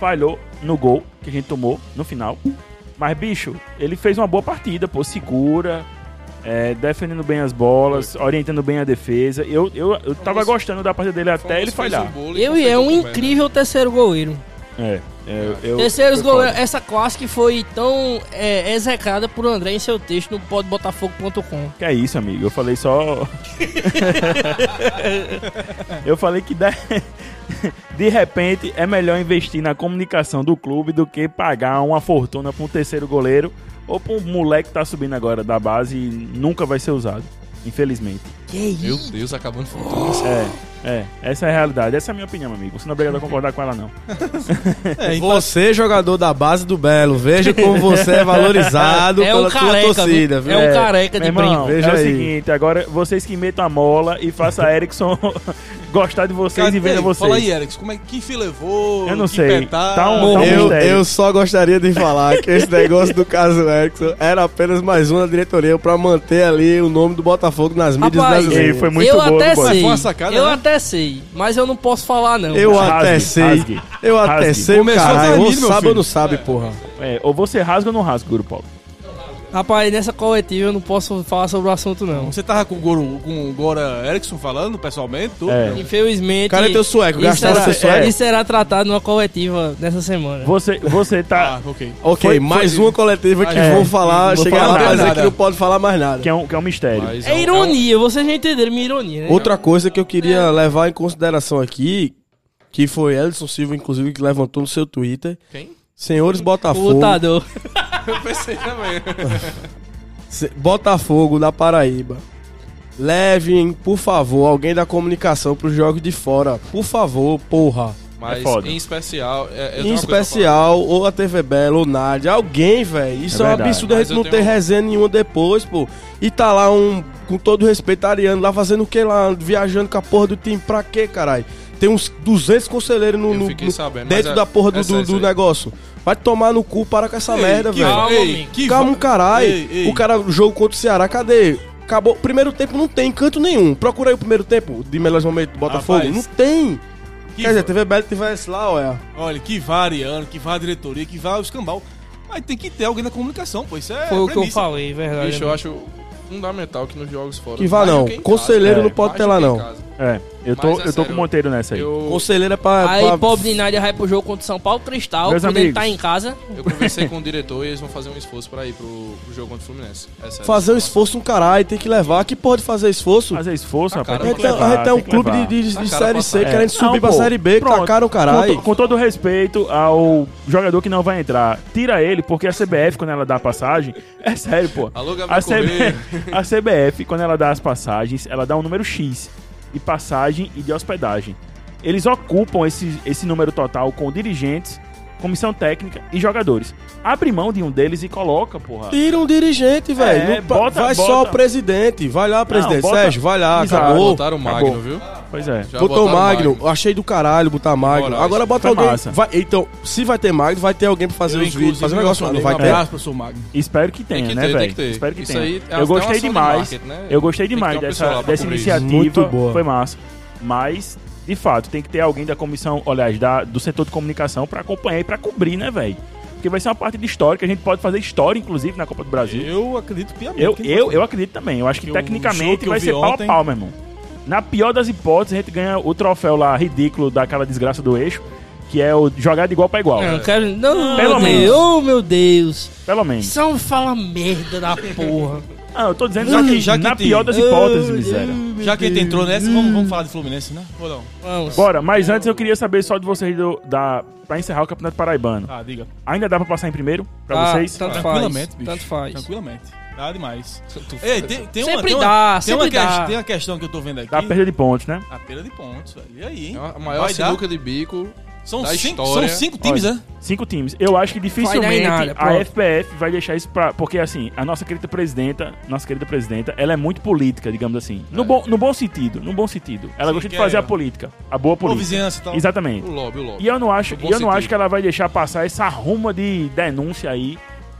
Falhou no gol que a gente tomou no final. Mas, bicho, ele fez uma boa partida, pô, segura. é, defendendo bem as bolas, orientando bem a defesa. Eu, eu, eu tava Famoso- gostando da partida dele até ele Fez falhar. um bolo Eu e é confeitou um com merda. incrível terceiro goleiro. É, é, eu- Terceiros foi goleiros, foda. essa classe que foi tão é, execrada por André em seu texto no podbotafogo.com. Que é isso, amigo. Eu falei só. eu falei que de... de repente é melhor investir na comunicação do clube do que pagar uma fortuna pra um terceiro goleiro ou pra um moleque que tá subindo agora da base e nunca vai ser usado. Infelizmente. Que isso? Meu Deus, acabando futuro. É, é. Essa é a realidade. Essa é a minha opinião, amigo. Você não é obrigado a concordar com ela, não. É, Você, jogador da base do Belo, veja como você é valorizado É pela um tua careca, torcida, viu? viu? É um careca de Meu irmão, brinco. Veja é o aí. seguinte, agora vocês que metam a mola e faça a Erickson gostar de vocês e venda Ei, vocês. É, Fala aí, Erickson, como é que fim levou? Eu não que sei. petar? Tá um- tá um- Eu, mistério. eu só gostaria de falar que esse negócio do caso Erickson era apenas mais uma diretoria pra manter ali o nome do Botafogo nas mídias Rapaz, E brasileiras. foi muito eu boa, até boa. sei, Mas foi uma sacada, eu né? até sei, mas eu não posso falar não. Eu Rasgue, até sei. rasgue, eu até rasgue. sei, Começou caralho. Zanini, Ou meu sabe ou filho. não sabe, porra. É, ou você rasga ou não rasga, Guru Paulo. Rapaz, nessa coletiva eu não posso falar sobre o assunto não. Você tava com o, Goro, com o Gora Erickson falando pessoalmente? tudo? É. Infelizmente, O cara é teu sueco, isso gastaram será, seu sueco. é. isso será tratado numa coletiva nessa semana. Você, você tá. Ah, ok. Ok, Foi- mais uma coletiva que É, vão falar, não vou chegar falar lá pra nada. dizer que não pode falar mais nada. que, é um, que é um mistério. Mas É um- ironia, vocês já entenderam minha ironia, né? Outra coisa que eu queria levar em consideração aqui, que foi Edson Silva, inclusive, que levantou no seu Twitter. Quem? Senhores O Botafogo, lutador. Eu pensei também. se- Botafogo da Paraíba, levem, por favor, alguém da comunicação pros jogos de fora. Por favor, porra. Mas É foda. em especial. Em É, eu tenho uma coisa pra especial, ou a TV Belo, ou Nádia, alguém, velho. Isso É é, um verdade. absurdo a Mas gente não eu tenho- ter resenha nenhuma depois, pô. E tá lá um, com todo respeito, Ariano, lá fazendo o que lá? Viajando com a porra do time pra quê, caralho? Tem uns 200 conselheiros no, Eu no- fiquei no- sabendo, mas dentro é- da porra do, é sério do- isso do aí. negócio. Vai tomar no cu, para com essa é merda, que- velho. Calma, ei, amigo. que Calma, va- Ei, caralho. ei. O cara, o jogo contra o Ceará, cadê? Acabou. Primeiro tempo não tem canto nenhum. Procura aí o primeiro tempo de melhores momentos do Botafogo. Rapaz. não tem. Que Quer dizer, va- TV Belo tivesse lá, olha. Olha, que variando, que vá a diretoria, que vá o escambau. Mas tem que ter alguém na comunicação, pô. Isso é Foi o que eu premissa. falei, verdade. né? Bicho, eu acho fundamental que nos jogos fora. Que vá mais do não. que em Conselheiro casa. não pode Mais ter do lá, que em não. casa. É, eu tô, Mas é eu tô com sério. o Monteiro nessa aí. Eu, Conselheiro é pra. Aí, pra- pobre de Nádia vai pro jogo contra o São Paulo, Cristal, Meus quando ele amigos. tá em casa. eu conversei com o diretor e eles vão fazer um esforço pra ir pro, pro jogo contra o Fluminense. É sério. Fazer um esforço, um caralho, tem que levar. Que porra de fazer esforço? Fazer esforço, Ah, rapaz. cara, A tem gente, que é- a levar, gente é um tem que clube levar. de, de- de Tá cara Série pra C sair. querendo É, Não, subir pra pô, Série B, pronto. tacaram o Com, caralho. to- com todo o respeito ao jogador que não vai entrar, tira ele, porque a CBF, quando ela dá a passagem, é sério, pô. Alô, A Gabriel Correia. CBF, a CBF, quando ela dá as passagens, ela dá um número X de passagem e de hospedagem. Eles ocupam esse, esse número total com dirigentes, comissão técnica e jogadores. Abre mão de um deles e coloca, porra. Tira um dirigente, velho. Não pa- bota- vai bota- só o presidente. Vai lá, presidente. bota- Sérgio, vai lá, Exato. acabou. Botaram o Magno, acabou. viu? Pois é. Já Botou o botaram Magno. Achei do caralho botar Magno. Moraes. Agora bota Foi alguém. massa. Vai- então, se vai ter Magno, vai ter alguém pra fazer Eu, os vídeos, inclusive, fazer um negócio. Não mandei vai um ter. abraço pro seu Magno. Espero que tenha, Tem que né, ter, velho? tem que ter. Espero que Isso tenha. aí é até eu uma gostei ação de demais. marketing, né? Eu gostei Tem que demais ter uma pessoa dessa, lá pra dessa cobrir isso. iniciativa. Muito boa. Foi massa. Mas, de fato, tem que ter alguém da comissão, aliás, da- do setor de comunicação pra acompanhar e pra cobrir, né, velho? Porque vai ser uma parte de história que a gente pode fazer história, inclusive, na Copa do Brasil. Eu acredito piamente. Eu, que ele eu, vai. eu acredito também. Eu acho que, um Que o jogo tecnicamente que eu vai vi ser pau ontem- a pau, meu irmão. Na pior das hipóteses, a gente ganha o troféu lá ridículo daquela desgraça do eixo, que é o jogar de igual pra igual. Não, É. eu quero. É. Não, Pelo meu Deus. menos. Oh, meu Deus. Pelo menos. São fala merda da porra. Ah, eu tô dizendo Já que- que, já que na tem- pior das hipóteses, miséria. Já que ele entrou nessa, vamos, vamos falar de Fluminense, né? Ou não? Vamos. Bora, mas antes eu queria saber só de vocês do, da, pra encerrar o Campeonato Paraibano. Ah, diga. Ainda dá pra passar em primeiro pra Ah, vocês? Tanto faz. Tranquilamente, bicho. Tanto faz. Tranquilamente. Dá demais. Ei, tem, tem uma, Sempre tem uma, dá, tem uma sempre ques- dá. tem uma questão que eu tô vendo aqui. Dá perda de pontos, né? A perda de pontos, velho. E aí, hein? É a maior Vai dar? sinuca de bico. São, da cinco, são história. cinco times, Olha. né? Cinco times. Eu acho que Vai dar dificilmente em nada, a pronto. FPF vai deixar isso pra. Porque assim, a nossa querida presidenta, nossa querida presidenta, ela é muito política, digamos assim. No, bom, no bom sentido, no bom sentido. Ela Sim, gosta de que é- fazer a política. A boa Ou política. vizinhança então. e tal. Exatamente. O lobby, o lobby. E eu não acho, No bom e eu não acho sentido. que ela vai deixar passar essa ruma de denúncia aí.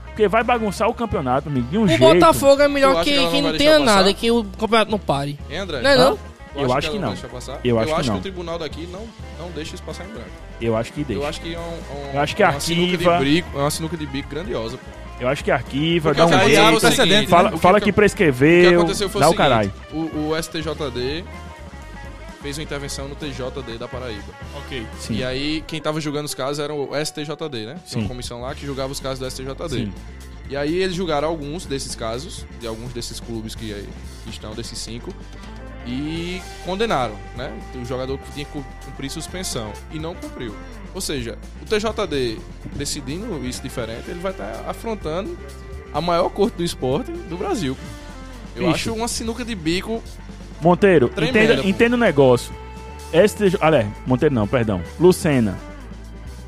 Porque vai bagunçar o campeonato, amigo, de um O jeito. Botafogo é Tu melhor acha que, que ela que não não vai tenha deixar passar? nada, que o campeonato não pare. Hein, André? Tá. Não é não? Tu Eu acha acho que ela não. deixa passar? Eu acho que não. o tribunal daqui não, não deixa isso passar em branco. Eu acho que deixa. Eu acho que é um, um, Eu acho que uma arquiva. sinuca de bico, é uma sinuca de bico grandiosa. Pô. Eu acho que arquiva, Porque dá um aí jeito, abre o fala- seguinte, fala, né? O que fala que- que O que prescreveu, aconteceu foi dá o o seguinte, caralho. o, o STJD fez uma intervenção no TJD da Paraíba. Ok. Sim. E aí, quem tava julgando os casos era o STJD, né? Tinha Sim. uma comissão lá que julgava os casos do STJD. Sim. E aí eles julgaram alguns desses casos, de alguns desses clubes que aí estão, desses cinco, e condenaram, né? O jogador tinha que cumprir suspensão e não cumpriu. Ou seja, o TJD decidindo isso diferente, ele vai estar afrontando a maior corte do esporte do Brasil. Eu Bicho. acho uma sinuca de bico. Monteiro, Tremenda, entenda, pô. entenda o negócio. STJ. Aliás, Monteiro não, perdão. Lucena.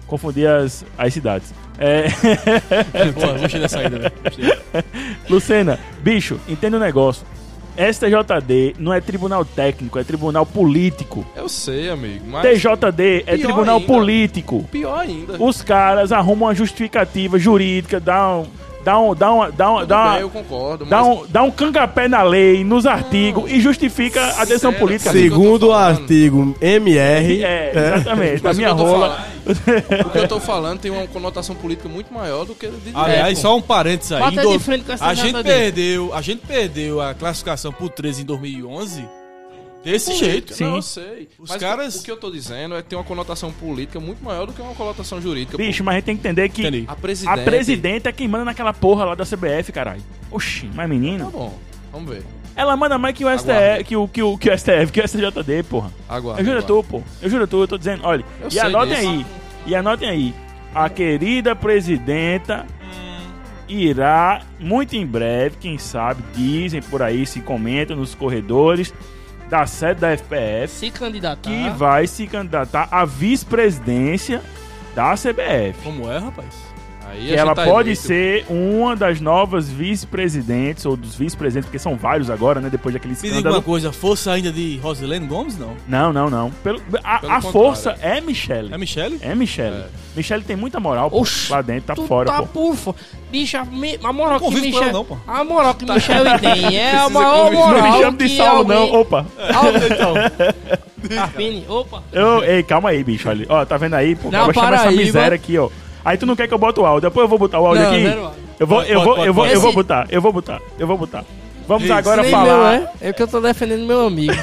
Confundi as, as cidades. É, Boa, gostei dessa saída, velho. Gostei. Lucena, bicho, entenda o negócio. STJD não é tribunal técnico, é tribunal político. Eu sei, amigo, mas TJD é Pior tribunal ainda. político. pior ainda. Os caras arrumam uma justificativa jurídica, dá um. Dá um. Dá um. Dá um. Tudo Dá bem, um eu concordo, Dá mas um, dá um cangapé na lei, nos artigos, e justifica a decisão Sério? política. Sim. Segundo o artigo MR. É, exatamente. Na Mas o que minha eu tô rola. falando- o que eu tô falando tem uma conotação política muito maior do que de direito. Aliás, É, pô. só um parênteses aí. Bota Em do- de frente com essa a gente nota dele. perdeu, a gente perdeu a classificação pro 13 em 2011 desse jeito. Sim. Não, eu sei. Os Mas caras- o que eu tô dizendo é que tem uma conotação política muito maior do que uma conotação jurídica. pô. Bicho, mas a gente tem que entender que Entendi. a a presidente... presidenta é quem manda naquela porra lá da CBF, caralho. Oxi, mas Tá menino, bom, vamos ver. ela manda mais que o STF, Aguarde. que o, que o, que o STF, que o STJD, porra. Aguarda. Eu juro a aguarda. tu, pô. Eu juro a tu, eu tô dizendo, olha. Eu e sei anotem disso. aí. E anotem aí. A querida presidenta irá, muito em breve, quem sabe, dizem por aí, se comentam nos corredores da sede da FPF, Se candidatar. Tá Tá. que vai se candidatar à vice-presidência da CBF. Como é, rapaz? Aí que a ela gente tá pode eleito. ser uma das novas vice-presidentes, ou dos vice-presidentes, porque são vários agora, né? Depois daquele Me diga uma escândalo. coisa, força ainda de Rosilene Gomes, não? Não, não, não. Pelo, a Pelo a contrário. força é Michelle. É Michele? É Michelle. Michelle tem muita moral pô, Oxi, lá dentro, tá tu fora, tá pô. por fora. Bicho, a, me- a moral que convido com Michel... ela não, pô. A moral que Michel tem é a Precisa maior convidar. Não moral me chame de que Saulo, alguém... não. Opa. Alguém- Então, Carpini, opa. Eu- ei, calma aí, bicho. Olha, ó, tá vendo aí? Pô, Na eu vou chamar essa Paraíba- miséria aqui, ó. Aí tu não quer que eu bote o áudio. Depois eu vou botar o áudio Não, aqui. não, não. Eu vou, eu Pode, vou, pode, eu vou, eu pode. vou botar. Eu vou botar. Eu vou botar. Vamos Isso. agora Nem falar. meu, é? é que eu tô defendendo meu amigo.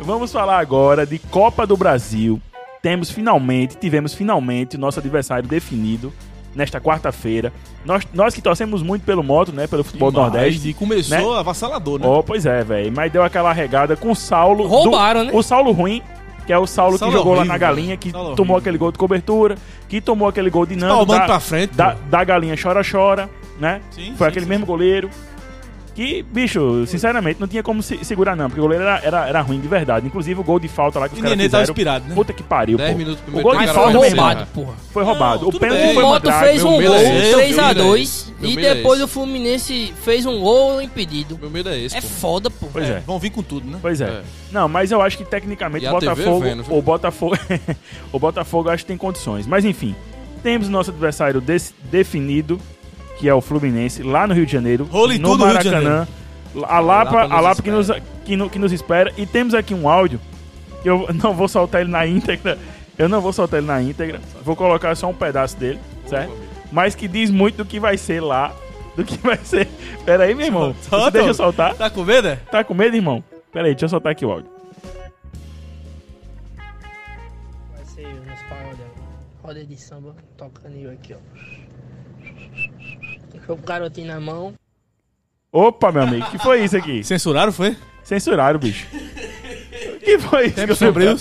Vamos falar agora de Copa do Brasil. Temos finalmente, tivemos finalmente o nosso adversário definido nesta quarta-feira. Nós, nós que torcemos muito pelo moto, né? Pelo futebol do demais, Nordeste. E começou né? avassalador, né? Oh, pois é, velho. Mas deu aquela regada com o Saulo. do- Roubaram, né? O Saulo ruim, que é o Saulo, Saulo que jogou lá horrível, na galinha, que Saulo tomou horrível. aquele gol de cobertura, que tomou aquele gol de Nando. Palmando da, pra frente, da, pô. da galinha chora-chora, né? Sim, Foi sim, aquele sim. mesmo goleiro. Que, bicho, sinceramente, não tinha como se- segurar, não, porque o goleiro era, era, era ruim de verdade. Inclusive o gol de falta lá que os E caras Nenê tava fizeram. inspirado, né? Puta que pariu, 10 pô. minutos O do primeiro gol de Mas tempo, falta foi o cara vai roubado, encerrar. porra. foi roubado. tudo o pênalti bem. foi O Meu uma Moto draga. fez meu um medo gol, é esse, meu 3x2. medo é esse. E Meu medo é depois esse. o Fluminense fez um gol impedido. Meu medo é esse, É pô. foda, pô. Pois é. Vão vir com tudo, né? Pois é. É. Não, mas eu acho que tecnicamente E o a TV Botafogo, vendo, viu? o Botafogo, o Botafogo acho que tem condições. Mas enfim, temos o nosso adversário des- definido, que é o Fluminense, lá no Rio de Janeiro, Role no tudo Rio de Maracanã. A Lapa, A Lapa a nos Lapa que nos, que, no- que nos espera e temos aqui um áudio. Eu não vou soltar ele na íntegra. Eu não vou soltar ele na íntegra. Vou colocar só um pedaço dele, certo? Mas que diz muito do que vai ser lá, do que vai ser. Pera aí, meu irmão. Solta, Você deixa eu solta. soltar? Tá com medo, é? Tá com medo, irmão? Pera aí, deixa eu soltar aqui o áudio. Vai ser o nosso paródia. Roda de samba, tocando eu aqui, ó. Tem que pôr o garotinho na mão. Opa, meu amigo, que foi isso aqui? Censuraram, foi? Censuraram, bicho. Que foi isso, Guru Paulo?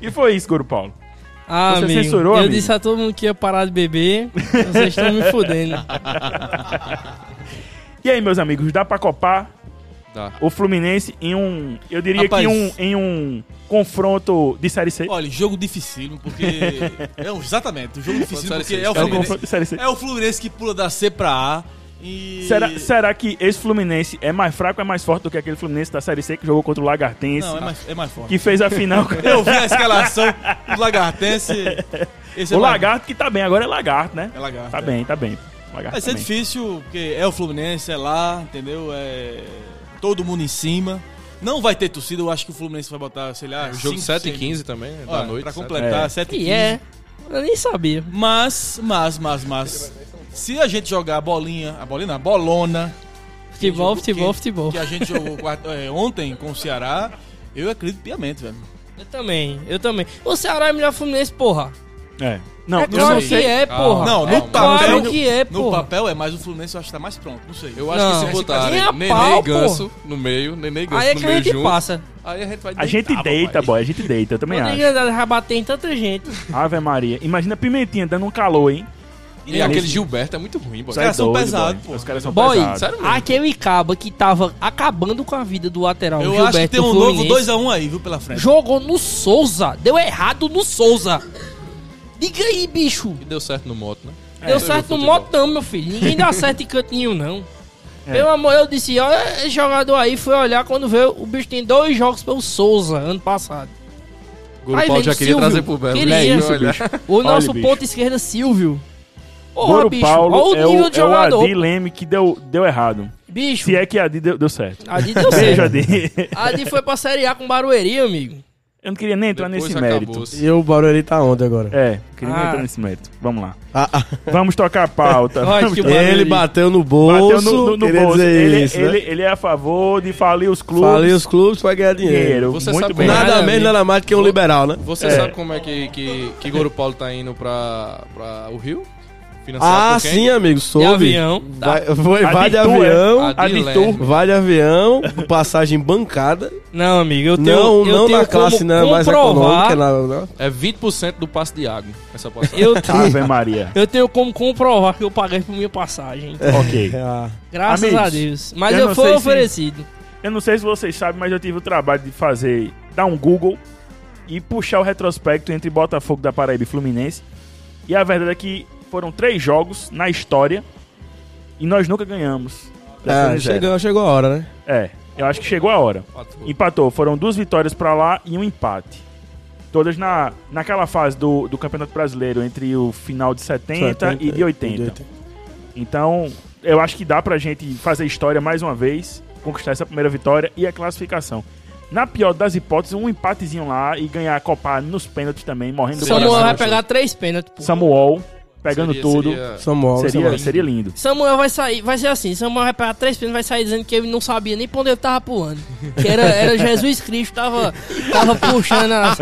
Que foi isso, Guru Paulo? Ah, Você amigo, censurou, eu amigo? disse a todo mundo que ia parar de beber. Vocês estão me fudendo. E aí, meus amigos, dá pra copar Dá. o Fluminense em um. Eu diria Rapaz. que em um, em um confronto de Série C. Olha, jogo dificílimo, porque... é, um- exatamente, um jogo difícil Série porque C, é o é um Fluminense... confronto de Série C. É o Fluminense que pula da C pra A e... Será, será que esse Fluminense é mais fraco, é mais forte do que aquele Fluminense da Série C que jogou contra o Lagartense? Não, é mais, é mais forte. Que fez a final. Eu vi a escalação do Lagartense. Esse é o mais- Lagarto que tá bem, agora é Lagarto, né? É Lagarto, Tá é. bem, tá bem. Lagarto Vai tá ser bem. difícil, porque é o Fluminense, é lá, entendeu? É todo mundo em cima. Não vai ter torcida, eu acho que o Fluminense vai botar, sei lá, O É, jogo cinco, 7 seis- e 15 também, né? Olha, da noite. Pra sete. completar, É. 7 E é. Eu nem sabia. Mas, mas, mas, mas. Se a gente jogar a bolinha, a bolinha não, a bolona. Futebol, que- futebol, que- futebol. Que a gente jogou quarta- é, ontem com o Ceará, eu acredito piamente, velho. Eu também, eu também. O Ceará é melhor Fluminense, porra. É. Não, é eu claro não que sei. é, Calma. porra. Ah, Não, no é claro papel- que é, No porra. papel é, mas o Fluminense eu acho que tá mais pronto, não sei. Eu acho Não, que se botarem nem a Nenê pau, e Ganso no meio, Nenê e Ganso Aí é no que a meio gente junto, passa. aí a gente vai A gente deita, boy, a gente deita, eu também Quando a acho. gente vai bater em tanta gente. É Ave Maria. Imagina a Pimentinha dando um calor, hein? E aquele Gilberto é muito ruim, boy. Os caras são doido, pesados, boy. pô. Os caras são Boy, pesados. sério mesmo. aquele caba que tava acabando com a vida do lateral Eu Gilberto acho que tem do um novo Fluminense, 2x1 aí, viu, pela frente. Jogou no Souza. Deu errado no Souza. Diga aí, bicho. E deu certo no moto, né? Deu É. certo no Futebol. moto não, meu filho. Ninguém dá certo em cantinho, não. É. Pelo amor, eu disse, ó, esse jogador aí foi olhar quando veio. O bicho tem dois jogos pelo Souza ano passado. Guru Aí Paulo vem já queria Silvio. trazer pro Belo. Queria. Olha, Isso, olha. O Olha, nosso bicho. ponto esquerda, Silvio. Porra, Goro bicho. Paulo Olha é o nível o, de é o jogador. Adi Leme que deu, deu errado. bicho, Se é que a Adi deu, deu certo. Adi deu Beijo, certo. Adi. Adi foi pra Série A com Barueri, amigo. Eu não queria nem entrar Depois nesse mérito. acabou-se. E o Barueri tá onde agora? É, não queria nem Ah. entrar nesse mérito. Vamos lá. Ah, ah. Vamos tocar a pauta. Olha Vamos que tocar- Ele bateu no bolso, Então, Bateu no, no- no queria bolso. dizer Ele, isso, ele- né? ele é a favor de falir os clubes. Falei os clubes pra ganhar dinheiro. dinheiro. Você Muito sabe bem. como é- Nada Nada menos, mesmo. nada mais que um liberal, né? Você É. sabe como é que, que, que Goro Paulo tá indo pra, pra o Rio? Ah, por quem? sim, amigo, soube. De avião. Tá. Vai, foi, A vai de Bitu, é? avião, A Adi Dilene. Tour. vai de avião, passagem bancada. Não, amigo, eu tenho. Não, eu não tenho na classe como não, é mais comprovar- econômica. Na, na- É 20% do passe de água, essa passagem. Eu, Ave Maria. eu tenho como comprovar que eu paguei por minha passagem. ok. Ah, Graças Amigos, a Deus. Mas eu eu, não fui sei se- oferecido. Eu não sei se vocês sabem, mas eu tive o trabalho de fazer, dar um Google e puxar o retrospecto entre Botafogo da Paraíba e Fluminense. E a verdade é que foram três jogos na história e nós nunca ganhamos. da Ah, Série Zero. chegou, chegou a hora, né? É, eu acho que chegou a hora. Empatou. Empatou. Foram duas vitórias pra lá e um empate. Todas na, naquela fase do, do Campeonato Brasileiro, entre o final de 70, e de 80. Então, eu acho que dá pra gente fazer história mais uma vez, conquistar essa primeira vitória e a classificação. Na pior das hipóteses, um empatezinho lá e ganhar a Copa nos pênaltis também, morrendo do Samuel coração. vai pegar três pênaltis, pô. Samuel pegando Seria- tudo. seria- Samuel, Seria, Samuel. seria, lindo. Samuel vai sair, vai ser assim, Samuel vai pegar três pênaltis, vai sair dizendo que ele não sabia nem pra onde ele tava pulando. Que era, era Jesus Cristo, tava, tava puxando as-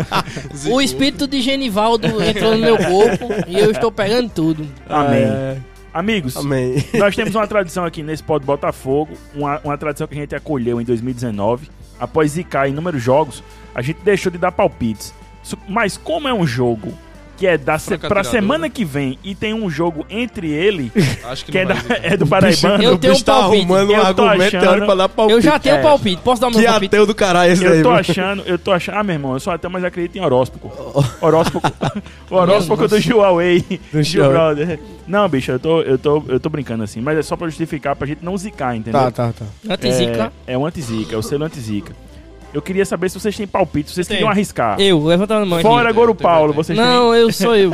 O espírito de Genivaldo entrou no meu corpo e eu estou pegando tudo. Amém. É, Amigos, amém. Nós temos uma tradição aqui nesse Pod Botafogo, uma, uma tradição que a gente acolheu em 2019. Após zicar inúmeros jogos, a gente deixou de dar palpites. Su- Mas como é um jogo que é da se, Franca pra atiradora. semana que vem e tem um jogo entre ele, Acho que, que é, não da- vai zicar. é do Paraibano, Eu tenho um tá palpite. arrumando um Eu tô argumento achando- teórico pra dar palpite. Eu já tenho É. palpite, posso dar o meu Que palpite? ateu do caralho esse aí, eu tô viu? achando, eu tô achando. Ah, meu irmão, eu sou até mais acredito em horóscopo. Horóscopo. o horóscopo do Huawei. Do Huawei. brother. Não, bicho, eu tô, eu, tô, eu tô brincando assim, mas é só pra justificar, pra gente não zicar, entendeu? Tá, tá, tá. Antizica. É, é o antizica, é o selo antizica. Eu queria saber se vocês têm palpite, se vocês Tem. queriam arriscar. Eu, levantando a mão aqui. Fora Goro tem, Paulo, tem. vocês têm. Não, eu sou eu.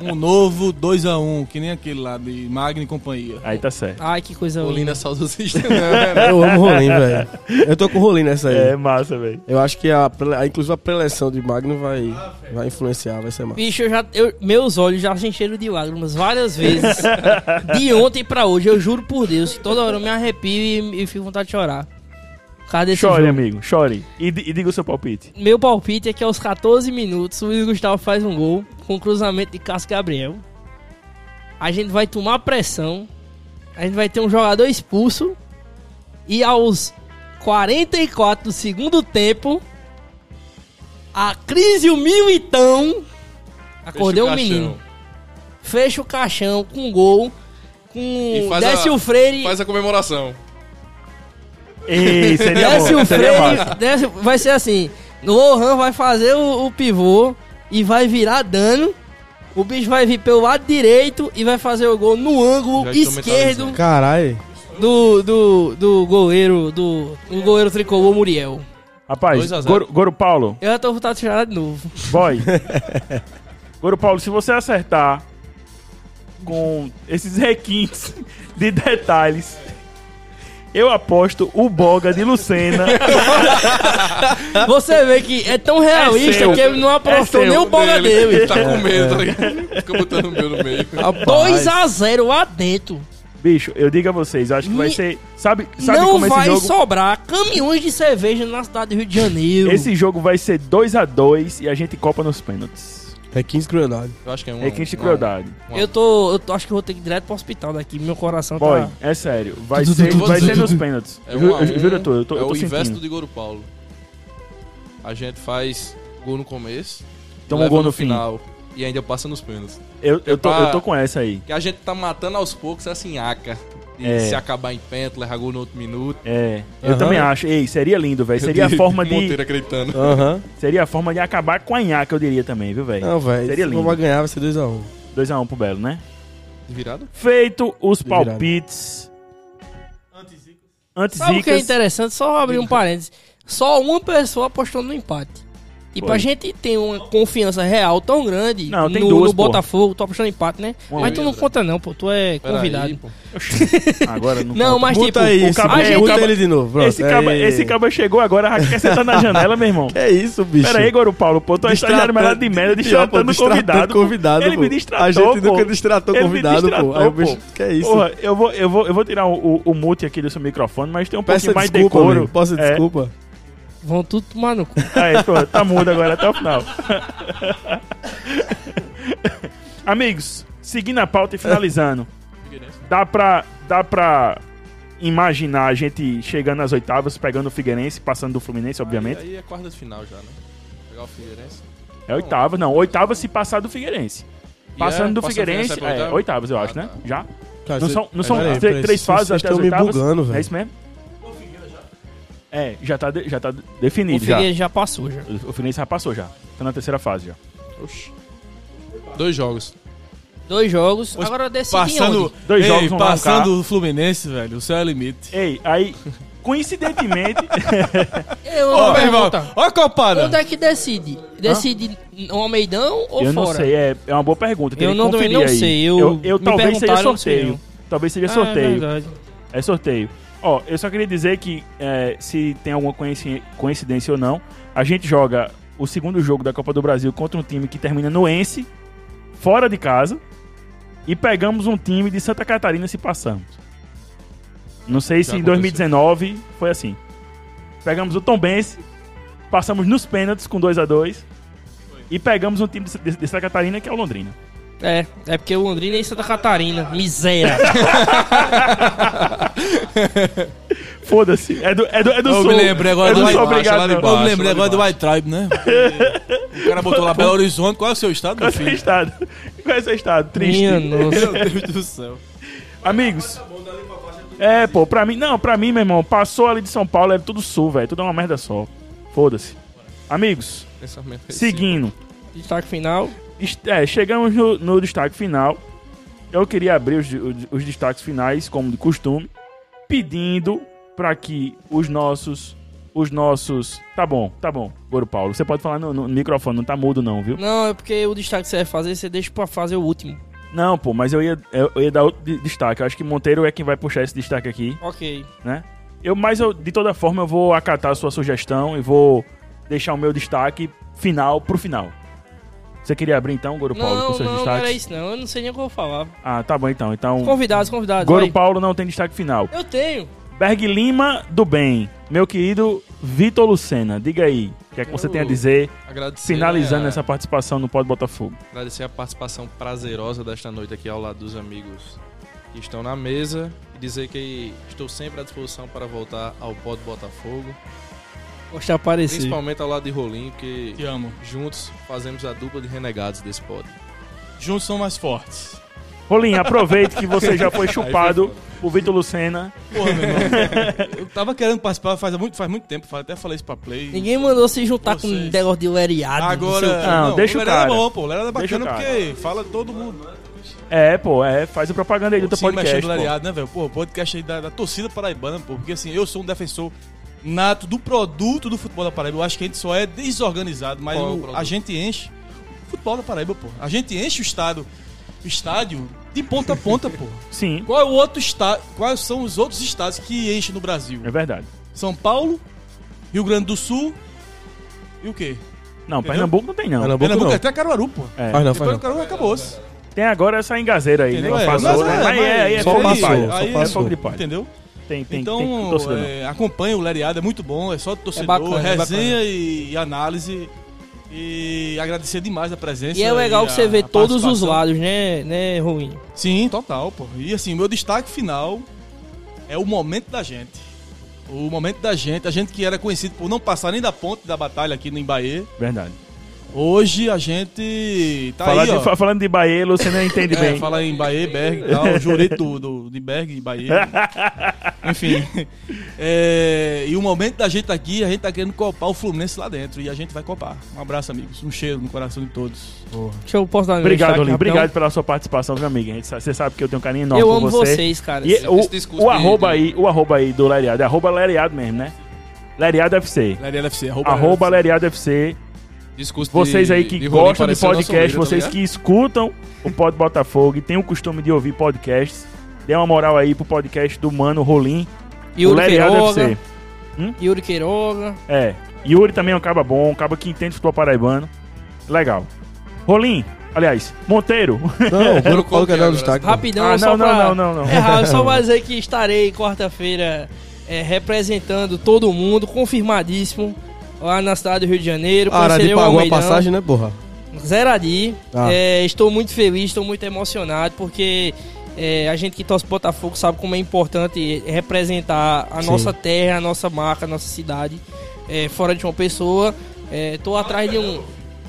Um novo 2x1, que nem aquele lá de Magna e companhia. Aí tá certo. Ai, que coisa Colina linda. é saudosista, não, né? velho? Eu amo o Rolim, velho. Eu tô com o Rolim nessa aí. É massa, velho. Eu acho que a, prele- a- inclusive a preleção de Magno vai, vai influenciar, vai ser massa. Bicho, eu já, eu- meus olhos já se encheram de lágrimas várias vezes. de ontem pra hoje, eu juro por Deus, que toda hora eu me arrepio e, e fico com vontade de chorar. Cadê esse Chore, jogo? amigo, chore. E, di- e diga o seu palpite. Meu palpite é que aos 14 minutos o Luiz Gustavo faz um gol com cruzamento de Cássio Gabriel. A gente vai tomar pressão. A gente vai ter um jogador expulso. E aos 44 do segundo tempo, a crise e o mil então acordeu um Fecha o caixão. menino. Fecha o caixão com gol. Com... E faz Desce a- o freire. Faz a comemoração. Ei, seria Desce bom, o seria freio, massa. desce- vai ser assim. Lohan vai fazer o, o pivô e vai virar dano. O bicho vai vir pelo lado direito e vai fazer o gol no ângulo Já estou esquerdo né? mentalizando. Caralho. do, do, do goleiro do o goleiro tricolor Muriel. Rapaz, 2 a 0. Goro, Goro Paulo, Eu já tô voltado a tirar de novo. boy. Goro Paulo, se você acertar com esses requintes de detalhes, eu aposto o Boga de Lucena. Você vê que é tão É realista seu. que ele não apostou É seu. nem o bola Ele- dele. Ele tá com medo, tá ligado? Fica botando o meu no meio. 2x0 lá dentro. Bicho, eu digo a vocês, eu acho que vai Me- ser. Sabe, sabe não como esse vai jogo. sobrar caminhões de cerveja na cidade do Rio de Janeiro. Esse jogo vai ser 2 a 2 e a gente copa nos pênaltis. É 15 crueldade. Eu acho que é um. É quente de um- crueldade. Eu tô. Eu tô- acho que eu vou ter que ir direto pro hospital daqui. Meu coração Boy, tá. é sério. Vai Tu, tu, ser, tu, tu, vai tu, ser tu, nos tu. pênaltis. É Ju- um a um, ju- Juro tu, eu tô, é eu tô o inverso sentindo. do Goro Paulo. A gente faz gol no começo, Toma um leva gol no fim. final e ainda passa nos pênaltis. Eu, eu, tô, Pra- eu tô com essa aí. Que a gente tá matando aos poucos essa nhaca. E É. se acabar em pênalti, leva gol no outro minuto. É. Eu Aham. também acho. Ei, seria lindo, velho. Seria a forma de. Monteiro acreditando. Aham. Seria a forma de acabar com a nhaca, eu diria também, viu, velho? Não, velho. Seria Se lindo. for ganhar, vai ser 2x1. 2x1 pro Belo, né? De virada? Feito os De virada. palpites. Sabe o que é Antizicas. interessante? Só abrir um parênteses. Só uma pessoa apostou no empate. E pra Foi. gente ter uma confiança real tão grande Não, tem no, duas, no pô. Botafogo, tu apostando no empate, né? Uma mas tu não vez, conta não, pô. Tu é Pera convidado. aí, pô. Agora não. Não, conta. mas Puta tipo, aí, o cabo- Ah, a gente- Puta ele de novo. Pronto. Esse caba, Ei. esse caba chegou agora, quer sentar na janela, meu irmão. É isso, bicho. Pera aí, Goro Paulo, pô, tu é estagiário melhor de merda, distratando o convidado. pô. convidado Ele pô. me distratou, A gente nunca pô. distratou Ele me convidado, pô. Aí o distratou, bicho, pô. que é isso? Porra, eu vou, eu, vou, eu vou tirar o, o, o mute aqui do seu microfone, mas tem um Peça pouquinho mais de desculpa, decoro. amigo. Peça É. desculpa. Vão tudo tomar no cu. Aí, pô, tá mudo agora até o final. Amigos, seguindo a pauta e finalizando. Dá pra, dá pra imaginar a gente chegando às oitavas, pegando o Figueirense, passando do Fluminense, obviamente. Aí, aí é quarta de final já, né? Pegar o Figueirense. É oitava, não. Oitava se passar do Figueirense. E Passando é, do passa o Figueirense, pra é, oitava? oitavas eu acho, Ah, né? tá. Já? Cara, Não cê- são, não são peraí, tre- peraí, três vocês fases até estão as me oitavas? bugando, velho. É isso mesmo? É, já tá, de- já tá O definido já. Figueiredo já passou já. O Fluminense já passou já. Tá na terceira fase já. Oxi. Dois jogos. Dois jogos. Hoje, Agora decide Passando, onde. Dois Ei, jogos, um lá, um passando o Fluminense, velho. O céu é o limite. Ei, aí, coincidentemente, Eu, Ô, uma meu irmão, pergunta. ó a copada. Onde é que decide? Decide no Almeidão ou eu fora? não sei, é, é uma boa pergunta. Tem Eu que não- conferir eu não aí. sei, eu- me talvez seja perguntaram, eu não sei, sorteio. Talvez seja Ah, É sorteio. verdade. É sorteio. Ó, eu só queria dizer que é, se tem alguma coinci- coincidência ou não, a gente joga o segundo jogo da Copa do Brasil contra um time que termina no Ence, fora de casa, e pegamos um time de Santa Catarina se passamos. Não sei se Já em aconteceu. 2019 foi assim. Pegamos o Tombense, passamos nos pênaltis com 2 a 2 e pegamos um time de, de- de Santa Catarina que é o Londrina. É, é porque o Londrina é em Santa Catarina. Miséria. Foda-se. É do, é do, é do Eu Sul. me lembrei agora é do do Sul, White obrigado, lá de não. Eu Baixo, me lembrei lá agora do White Tribe, né? O cara botou lá Belo Horizonte. Qual é o seu estado, Qual meu é o seu filho? estado? Qual é o seu estado? Triste. Minha nossa. Meu Deus do céu. Amigos. É, pô, pra mim. Não, pra mim, meu irmão, passou ali de São Paulo, é tudo sul, velho. Tudo é uma merda só. Foda-se. Amigos, Pensamento é esse. seguindo. Destaque final. Est- é, chegamos no, no destaque final. Eu queria abrir os, os- os destaques finais, como de costume, pedindo pra que os nossos. Os nossos. Tá bom, tá bom, Goro Paulo. Você pode falar no, no microfone, não tá mudo, não, viu? Não, é porque o destaque que você vai fazer, você deixa pra fazer o último. Não, pô, mas eu ia, eu eu ia dar outro de- destaque. Eu acho que Monteiro é quem vai puxar esse destaque aqui. Ok. né? Eu, mas eu, de toda forma, eu vou acatar a sua sugestão e vou deixar o meu destaque final pro final. Você queria abrir então, Goro Paulo, com não, seus não, não destaques? era isso não. Eu não sei nem o que eu vou falar. Ah, tá bom então. Então, Convidados, convidados. Goro vai. Paulo não tem destaque final. Eu tenho. Berg Lima, do bem. Meu querido Vitor Lucena, diga aí o que é que você Eu- tem a dizer, Agradecer, sinalizando né, essa participação no Pod Botafogo. Agradecer a participação prazerosa desta noite aqui ao lado dos amigos que estão na mesa. E dizer que estou sempre à disposição para voltar ao Pod Botafogo. Poxa, apareceu. Principalmente ao lado de Rolim, que Te amo. juntos fazemos a dupla de renegados desse pod. Juntos são mais fortes. Rolim, aproveite que você já foi chupado por Vitor Lucena. Porra, meu irmão. Eu tava querendo participar faz muito, faz muito tempo. Até falei isso pra Play. Ninguém mandou se juntar com um Vocês. negócio de leriado. não Agora. sei o quê. Não, deixa o Lerada cara. é bom, pô. Lerada é Deixa o bacana cara. porque fala todo mundo. É, pô, é, faz a propaganda aí do teu Sim, mexendo podcast. no pô. Lariado, né, velho? Pô, podcast aí da, da torcida paraibana, pô. Porque assim, eu sou um defensor nato do produto do futebol da Paraíba. Eu acho que a gente só é desorganizado, mas Qual é o o- produto? a gente enche o futebol da Paraíba, pô. A gente enche o estado, o estádio de ponta a ponta, pô. Sim, Qual é o outro estado? Quais são os outros estados que enchem no Brasil? é verdade. São Paulo, Rio Grande do Sul e o quê? Não, Entendeu? Pernambuco não tem, não. Pernambuco Pernambuco não. até Caruaru, pô. É. Faz não, faz Depois não. o Caruaru acabou-se. Tem agora essa engazeira aí, Entendeu? né? É, Passou, mas né? é, Mas é, aí é só fogo de passou, palha. aí Aí é é fogo de palha. Entendeu? Tem, tem, Então, tem torcedor, não. é, acompanha o Lariado, é muito bom, é só torcedor, bacana, é resenha e, e análise. E agradecer demais a presença. E é legal a- que você vê a todos os participação. lados, né, né, ruim. Sim, total, pô. E assim, meu destaque final é o momento da gente. O momento da gente, a gente que era conhecido por não passar nem da ponte da batalha aqui no em Bahia. Verdade. Hoje a gente tá Falar aí, de- ó. fa- falando de Bahia, você não entende É, bem. fala em Bahia, Berg e tal, Jureto do, do, de Berg e Bahia. Enfim. É, e o momento da gente tá aqui, a gente tá querendo copar o Fluminense lá dentro. E a gente vai copar. Um abraço, amigos. Um cheiro no coração de todos. Deixa eu postar meu Obrigado, destaque Olim. rapidão. Obrigado pela sua participação, viu, amiga? A gente sa- Você sabe que eu tenho um carinho enorme Eu por amo você. vocês, cara. E o, Esse discurso o de- arroba de- aí, o arroba aí do Lariado. É arroba Lariado mesmo, né? Lariado FC. Lariado FC, arroba. Arroba Lariado Lariado FC. Discurso Vocês de- aí que de Rolim gostam de parecendo nosso podcast, líder, tá vocês ligado? que escutam o Pod Botafogo e têm o costume de ouvir podcasts, dê uma moral aí pro podcast do Mano Rolim. o Yuri Lariado FC. Queiroga. Yuri Queiroga. É. Yuri também é um caba bom, um caba que entende futebol paraibano. Legal. Rolim, aliás, Monteiro. É. Não, o Bruno Eu Paulo quer dar um coloquei destaque. pô. Rapidão, Ah, só não, não, pra não, não, não. errar, eu só vou dizer que estarei quarta-feira é, representando todo mundo, confirmadíssimo, lá na cidade do Rio de Janeiro. Ah, Aradi Conhecerei o um pagou a Almeidão. passagem, né, porra? Zeradi. Ah. É, estou muito feliz, estou muito emocionado, porque é, a gente que torce pro Botafogo sabe como é importante representar a Sim. nossa terra, a nossa marca, a nossa cidade é, fora de uma pessoa. Estou atrás de um.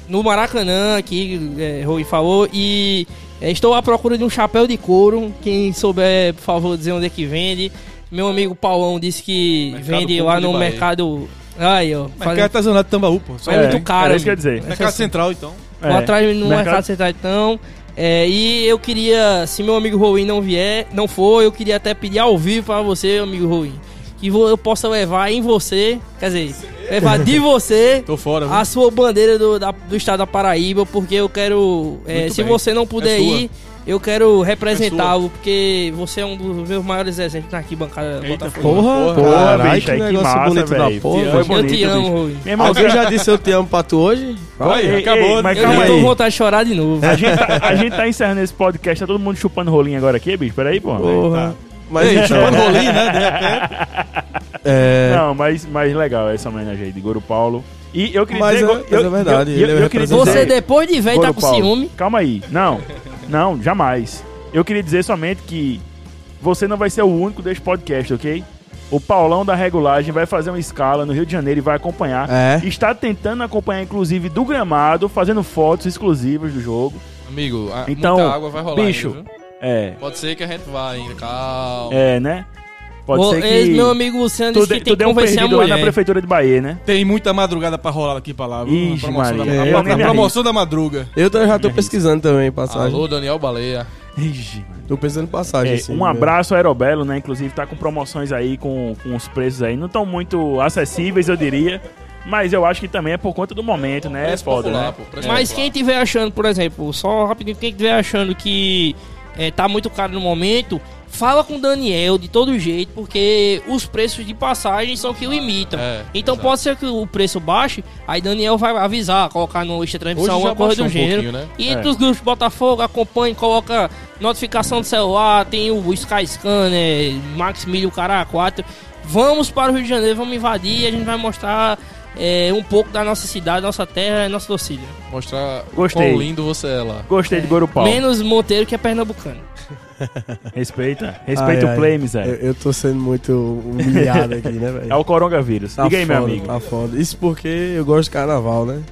No Maracanã, aqui, é, Rui falou, e é, estou à procura de um chapéu de couro. Quem souber, por favor, dizer onde é que vende. Meu amigo Paulão disse que Mercado vende Público lá de no Bahia. mercado. Aí, ó. Mercado fazendo- artesanal de Tambaú, pô. Só É muito caro, É isso que eu ia dizer. Mercado Central, então. É, Vou atrás no mercado- mercado, central então. É, e eu queria, se meu amigo Rolim não vier, não for, eu queria até pedir ao vivo pra você, amigo Rolim, que vo- eu possa levar em você, quer dizer, levar de você Tô fora, viu? a sua bandeira do, da- do estado da Paraíba, porque eu quero. é, Muito se bem. você não puder É sua. ir, eu quero É representá-lo, porque você é um dos meus maiores exemplos na arquibancada do Eita, Botafogo. Porra, Porra, caralho, bicho, aí que massa, velho. porra. Foi Eu bonito, te amo, bicho. Rolim. Meu irmão, Alguém eu já disse eu te amo pra tu hoje? Ei, ei, acabou. mas Eu calma já tô aí. com vontade de chorar de novo. É, A gente, tá, a gente tá encerrando esse podcast, tá todo mundo chupando rolinho agora aqui, bicho? Peraí, pô. Porra. Mas Ei, então, chupando rolinho, né? De repente. é, é. Não, mas, mas legal essa homenagem aí de Goro Paulo. E eu queria Mas dizer... é- mas é verdade, ele é queria representante. Você dizer- depois de velho tá Bora, com Paulo. ciúme. Calma aí. Não, não, jamais. Eu queria dizer somente que você não vai ser o único desse podcast, ok? O Paulão da regulagem vai fazer uma escala no Rio de Janeiro e vai acompanhar. É. Está tentando acompanhar, inclusive, do gramado, fazendo fotos exclusivas do jogo. Amigo, a- Então, muita água vai rolar bicho. ainda, viu? É, Pode ser que a gente vá ainda, calma. é, né? Pode Ô, ser esse que... meu amigo Luciano tu, disse de, que tem tu que deu um convencer a perdido lá na mulher. prefeitura de Bahia, né? Tem muita madrugada pra rolar aqui pra lá. viu? Ixi, promoção da, Maria. a- Eu a- nem a me promoção da madruga. eu tô- já tô É. pesquisando também passagem. Alô, Daniel Baleia. Ixi, mano. Tô pensando em passagem. É, assim, um meu. abraço ao Aerobelo, né? Inclusive tá com promoções aí, com, com os preços aí. Não tão muito acessíveis, eu diria. Mas eu acho que também é por conta do momento, né? É Preço foda, popular, né? pô, preço Mas popular. quem tiver achando, por exemplo, só rapidinho, quem tiver achando que é, tá muito caro no momento, fala com o Daniel de todo jeito, porque os preços de passagem são que o imitam. É, então exato. pode ser que o preço baixe, aí Daniel vai avisar, colocar no extra transmissão Hoje já alguma coisa do baixou um gênero. pouquinho, né? E É. entre os grupos de Botafogo, acompanhe, coloca notificação do celular, tem o Sky Scanner, Max Milho, Cara 4. Vamos para o Rio de Janeiro, vamos invadir e a gente vai mostrar é, um pouco da nossa cidade, nossa terra e nossa torcida. Mostrar Gostei. quão lindo você é lá. Gostei de Goro Paulo. Menos Monteiro que é pernambucano. Respeita. Respeita Ai, o play, ai. Eu, miséria. eu tô sendo muito humilhado aqui, né, velho? É o coronavírus. Tá Diga aí, meu foda, amigo. Tá foda. Isso porque eu gosto de carnaval, né?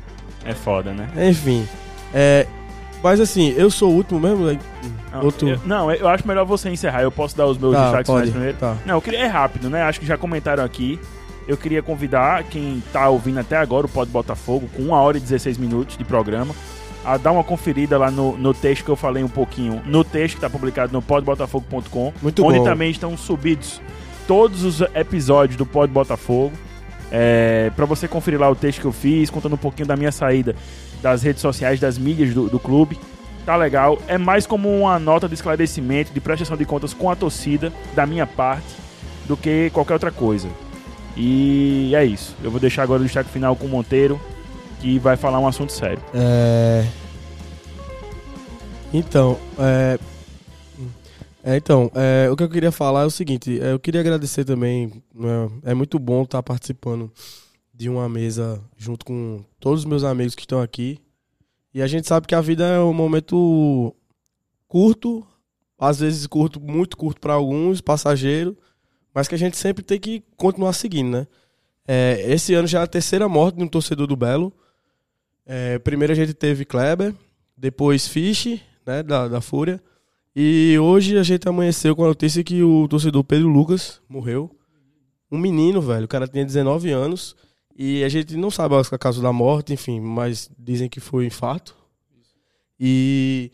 É foda, né? Enfim. É, mas assim, eu sou o último mesmo? né? Não, Ou tu? eu, não, eu acho melhor você encerrar. Eu posso dar os meus Tá, destaques finais pode. primeiro. Tá. Não, eu queria, é rápido, né? Acho que já comentaram aqui. Eu queria convidar quem tá ouvindo até agora o Pod Botafogo, com 1 hora e 16 minutos de programa, a dar Ah, uma conferida lá no, no texto que eu falei um pouquinho, no texto que tá publicado no podbotafogo.com, Muito onde bom. também estão subidos todos os episódios do Pod Botafogo. É, para você conferir lá o texto que eu fiz, contando um pouquinho da minha saída das redes sociais, das mídias do, do clube. Tá legal. É mais como uma nota de esclarecimento, de prestação de contas com a torcida, da minha parte, do que qualquer outra coisa. E é isso. Eu vou deixar agora o destaque final com o Monteiro, que vai falar um assunto sério. É... Então, é... é, então é, o que eu queria falar é o seguinte: é, eu queria agradecer também. né, é muito bom estar participando de uma mesa junto com todos os meus amigos que estão aqui. E a gente sabe que a vida é um momento curto, às vezes curto, muito curto para alguns, passageiro, mas que a gente sempre tem que continuar seguindo, né? É, esse ano já é a terceira morte de um torcedor do Belo. É, primeiro a gente teve Kleber, depois Fish, né, da, da Fúria. E hoje a gente amanheceu com a notícia que o torcedor Pedro Lucas morreu. Um menino, velho, o cara tinha 19 anos. E a gente não sabe a causa da morte, enfim, mas dizem que foi um infarto. E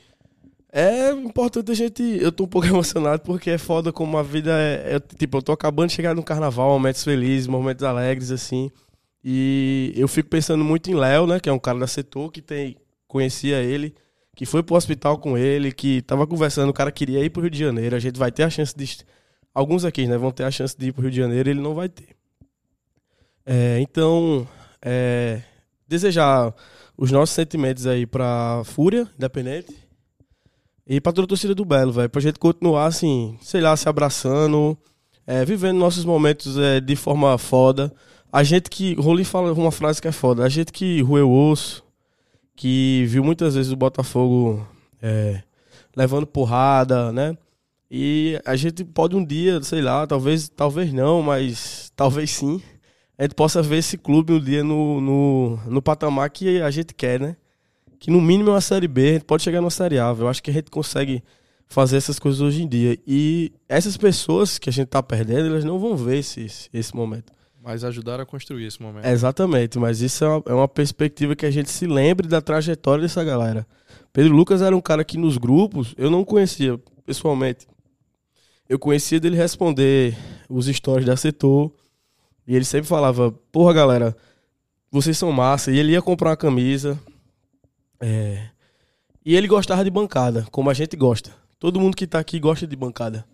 é importante a gente. Eu tô um pouco emocionado porque é foda como a vida é. é, tipo, eu tô acabando de chegar no carnaval, momentos felizes, momentos alegres, assim. E eu fico pensando muito em Léo, né? Que é um cara da setor que tem, conhecia ele, que foi pro hospital com ele, que tava conversando, o cara queria ir pro Rio de Janeiro. A gente vai ter a chance de. Alguns aqui, né? Vão ter a chance de ir pro Rio de Janeiro, ele não vai ter. É, então, é, desejar os nossos sentimentos aí pra Fúria, independente. E pra toda a torcida do Belo, velho. Pra gente continuar, assim, sei lá, se abraçando, é, vivendo nossos momentos é, de forma foda. A gente que. Rolim fala uma frase que é foda. A gente que roeu osso, que viu muitas vezes o Botafogo é, levando porrada, né? E a gente pode um dia, sei lá, talvez, talvez não, mas talvez sim. A gente possa ver esse clube um dia no, no, no patamar que a gente quer, né? Que no mínimo é uma série B, a gente pode chegar numa série A. Eu acho que a gente consegue fazer essas coisas hoje em dia. E essas pessoas que a gente tá perdendo, elas não vão ver esse, esse momento. Mas ajudaram a construir esse momento. Exatamente, mas isso é uma, é uma perspectiva que a gente se lembre da trajetória dessa galera. Pedro Lucas era um cara que nos grupos eu não conhecia pessoalmente. Eu conhecia dele responder os stories da setor. E ele sempre falava: Porra, galera, vocês são massa. E ele ia comprar uma camisa. É, E ele gostava de bancada, como a gente gosta. Todo mundo que tá aqui gosta de bancada.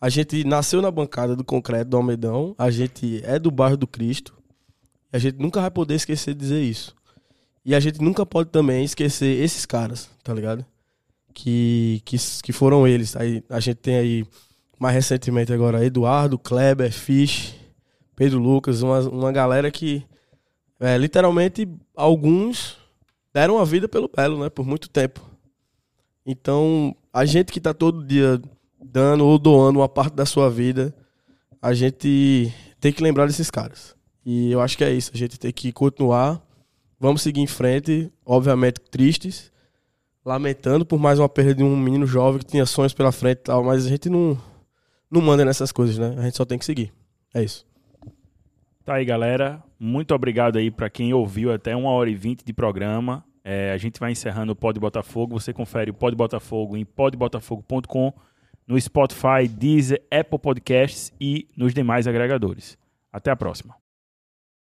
A gente nasceu na bancada do concreto do Almedão. A gente é do bairro do Cristo. A gente nunca vai poder esquecer de dizer isso. E a gente nunca pode também esquecer esses caras, tá ligado? Que, que, que foram eles. Aí, a gente tem aí, mais recentemente agora, Eduardo, Kleber, Fish, Pedro Lucas, uma, uma galera que, é, literalmente, alguns deram a vida pelo Belo, né? Por muito tempo. Então, a gente que tá todo dia dando ou doando uma parte da sua vida, a gente tem que lembrar desses caras. E eu acho que é isso. A gente tem que continuar. Vamos seguir em frente, obviamente tristes, lamentando por mais uma perda de um menino jovem que tinha sonhos pela frente e tal, mas a gente não, não manda nessas coisas, né? A gente só tem que seguir. É isso. Tá aí, galera. Muito obrigado aí pra quem ouviu até 1 hora e 20 de programa. É, a gente vai encerrando o Pod Botafogo. Você confere o Pod Botafogo em podbotafogo.com, no Spotify, Deezer, Apple Podcasts e nos demais agregadores. Até a próxima.